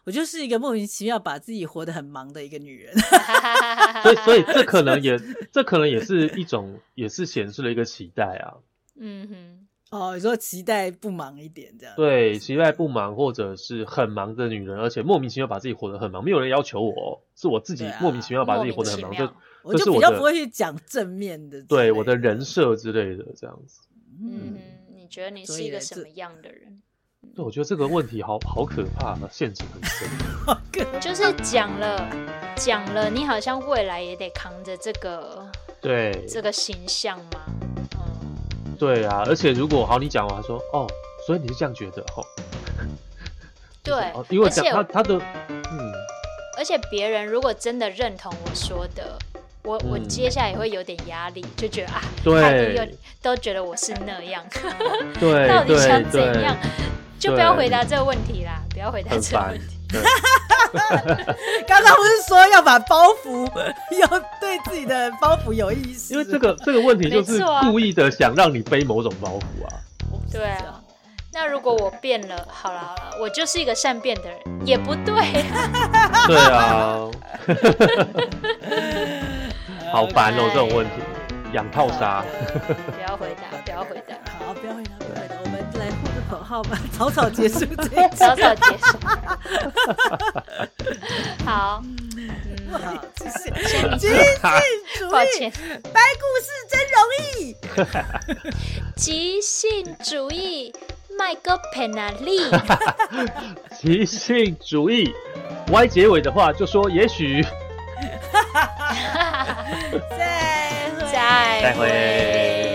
S2: 我就是一个莫名其妙把自己活得很忙的一个女人。
S3: 所以，所以这可能也，这可能也是一种，也是显示了一个期待啊。
S1: 嗯哼，
S2: 哦，你说期待不忙一点这样。
S3: 对，期待不忙或者是很忙的女人，而且莫名其妙把自己活得很忙，没有人要求我，哦是我自己
S2: 对啊
S3: 莫名其妙把自己活
S1: 莫
S3: 得
S1: 名
S3: 很
S1: 其
S3: 忙，就
S1: 妙
S2: 我
S3: 这
S2: 就是比
S3: 我
S2: 较
S3: 的
S2: 不会去讲正面的之类。
S3: 对我的人设之类的这样子。
S1: 嗯
S2: 嗯，
S1: 哼，你觉得你
S2: 所
S1: 是一
S2: 以
S1: 个
S2: 嘞
S1: 什
S2: 这
S1: 么样的人？
S3: 对，我觉得这个问题好好可怕啊，陷阱很深。啊
S1: 就是讲了讲了，你好像未来也得扛着这个
S3: 对，
S1: 这个形象吗？嗯，
S3: 对啊，而且如果好，你讲完说哦，所以你是这样觉得哦，
S1: 对
S3: 哦，因为
S1: 而
S3: 讲
S1: 且
S3: 他他的嗯，
S1: 而且别人如果真的认同我说的，我、我
S3: 嗯
S1: 接下来也会有点压力，就觉得啊，他一定又
S3: 对
S1: 都觉得我是那样， 到
S3: 对
S1: 底想
S3: 对
S1: 怎样
S3: 对，？
S1: 就不要回答这个问题啦，不要回答
S3: 很
S1: 这个
S3: 烦
S1: 问题。。
S3: 对
S2: 刚刚不是说要把包袱， 要对自己的包袱有意识？
S3: 因为这个这个问题就是
S1: 没错啊
S3: 故意的想让你背某种包袱啊。
S2: 我不知
S1: 对啊
S2: 道
S1: 那如果我变了，好了好了，我就是一个善变的人，也不对 啊。
S3: 对 啊，好烦哦，这种问题，养套杀。
S1: 不要回答，不要回答，
S2: 好，不要回答，不要回答，我们来呼个口号吧，草草结束这一集。
S1: 早早结束。好，嗯，
S2: 好，谢谢，
S1: 你
S2: 精进主
S1: 抱
S2: 义
S1: 歉，，
S2: 掰故事真容易。
S1: 即兴主义，麦哥佩纳利，
S3: 即兴主义，Y 结尾的话就说也许。
S2: 再会。
S1: 再
S3: 再会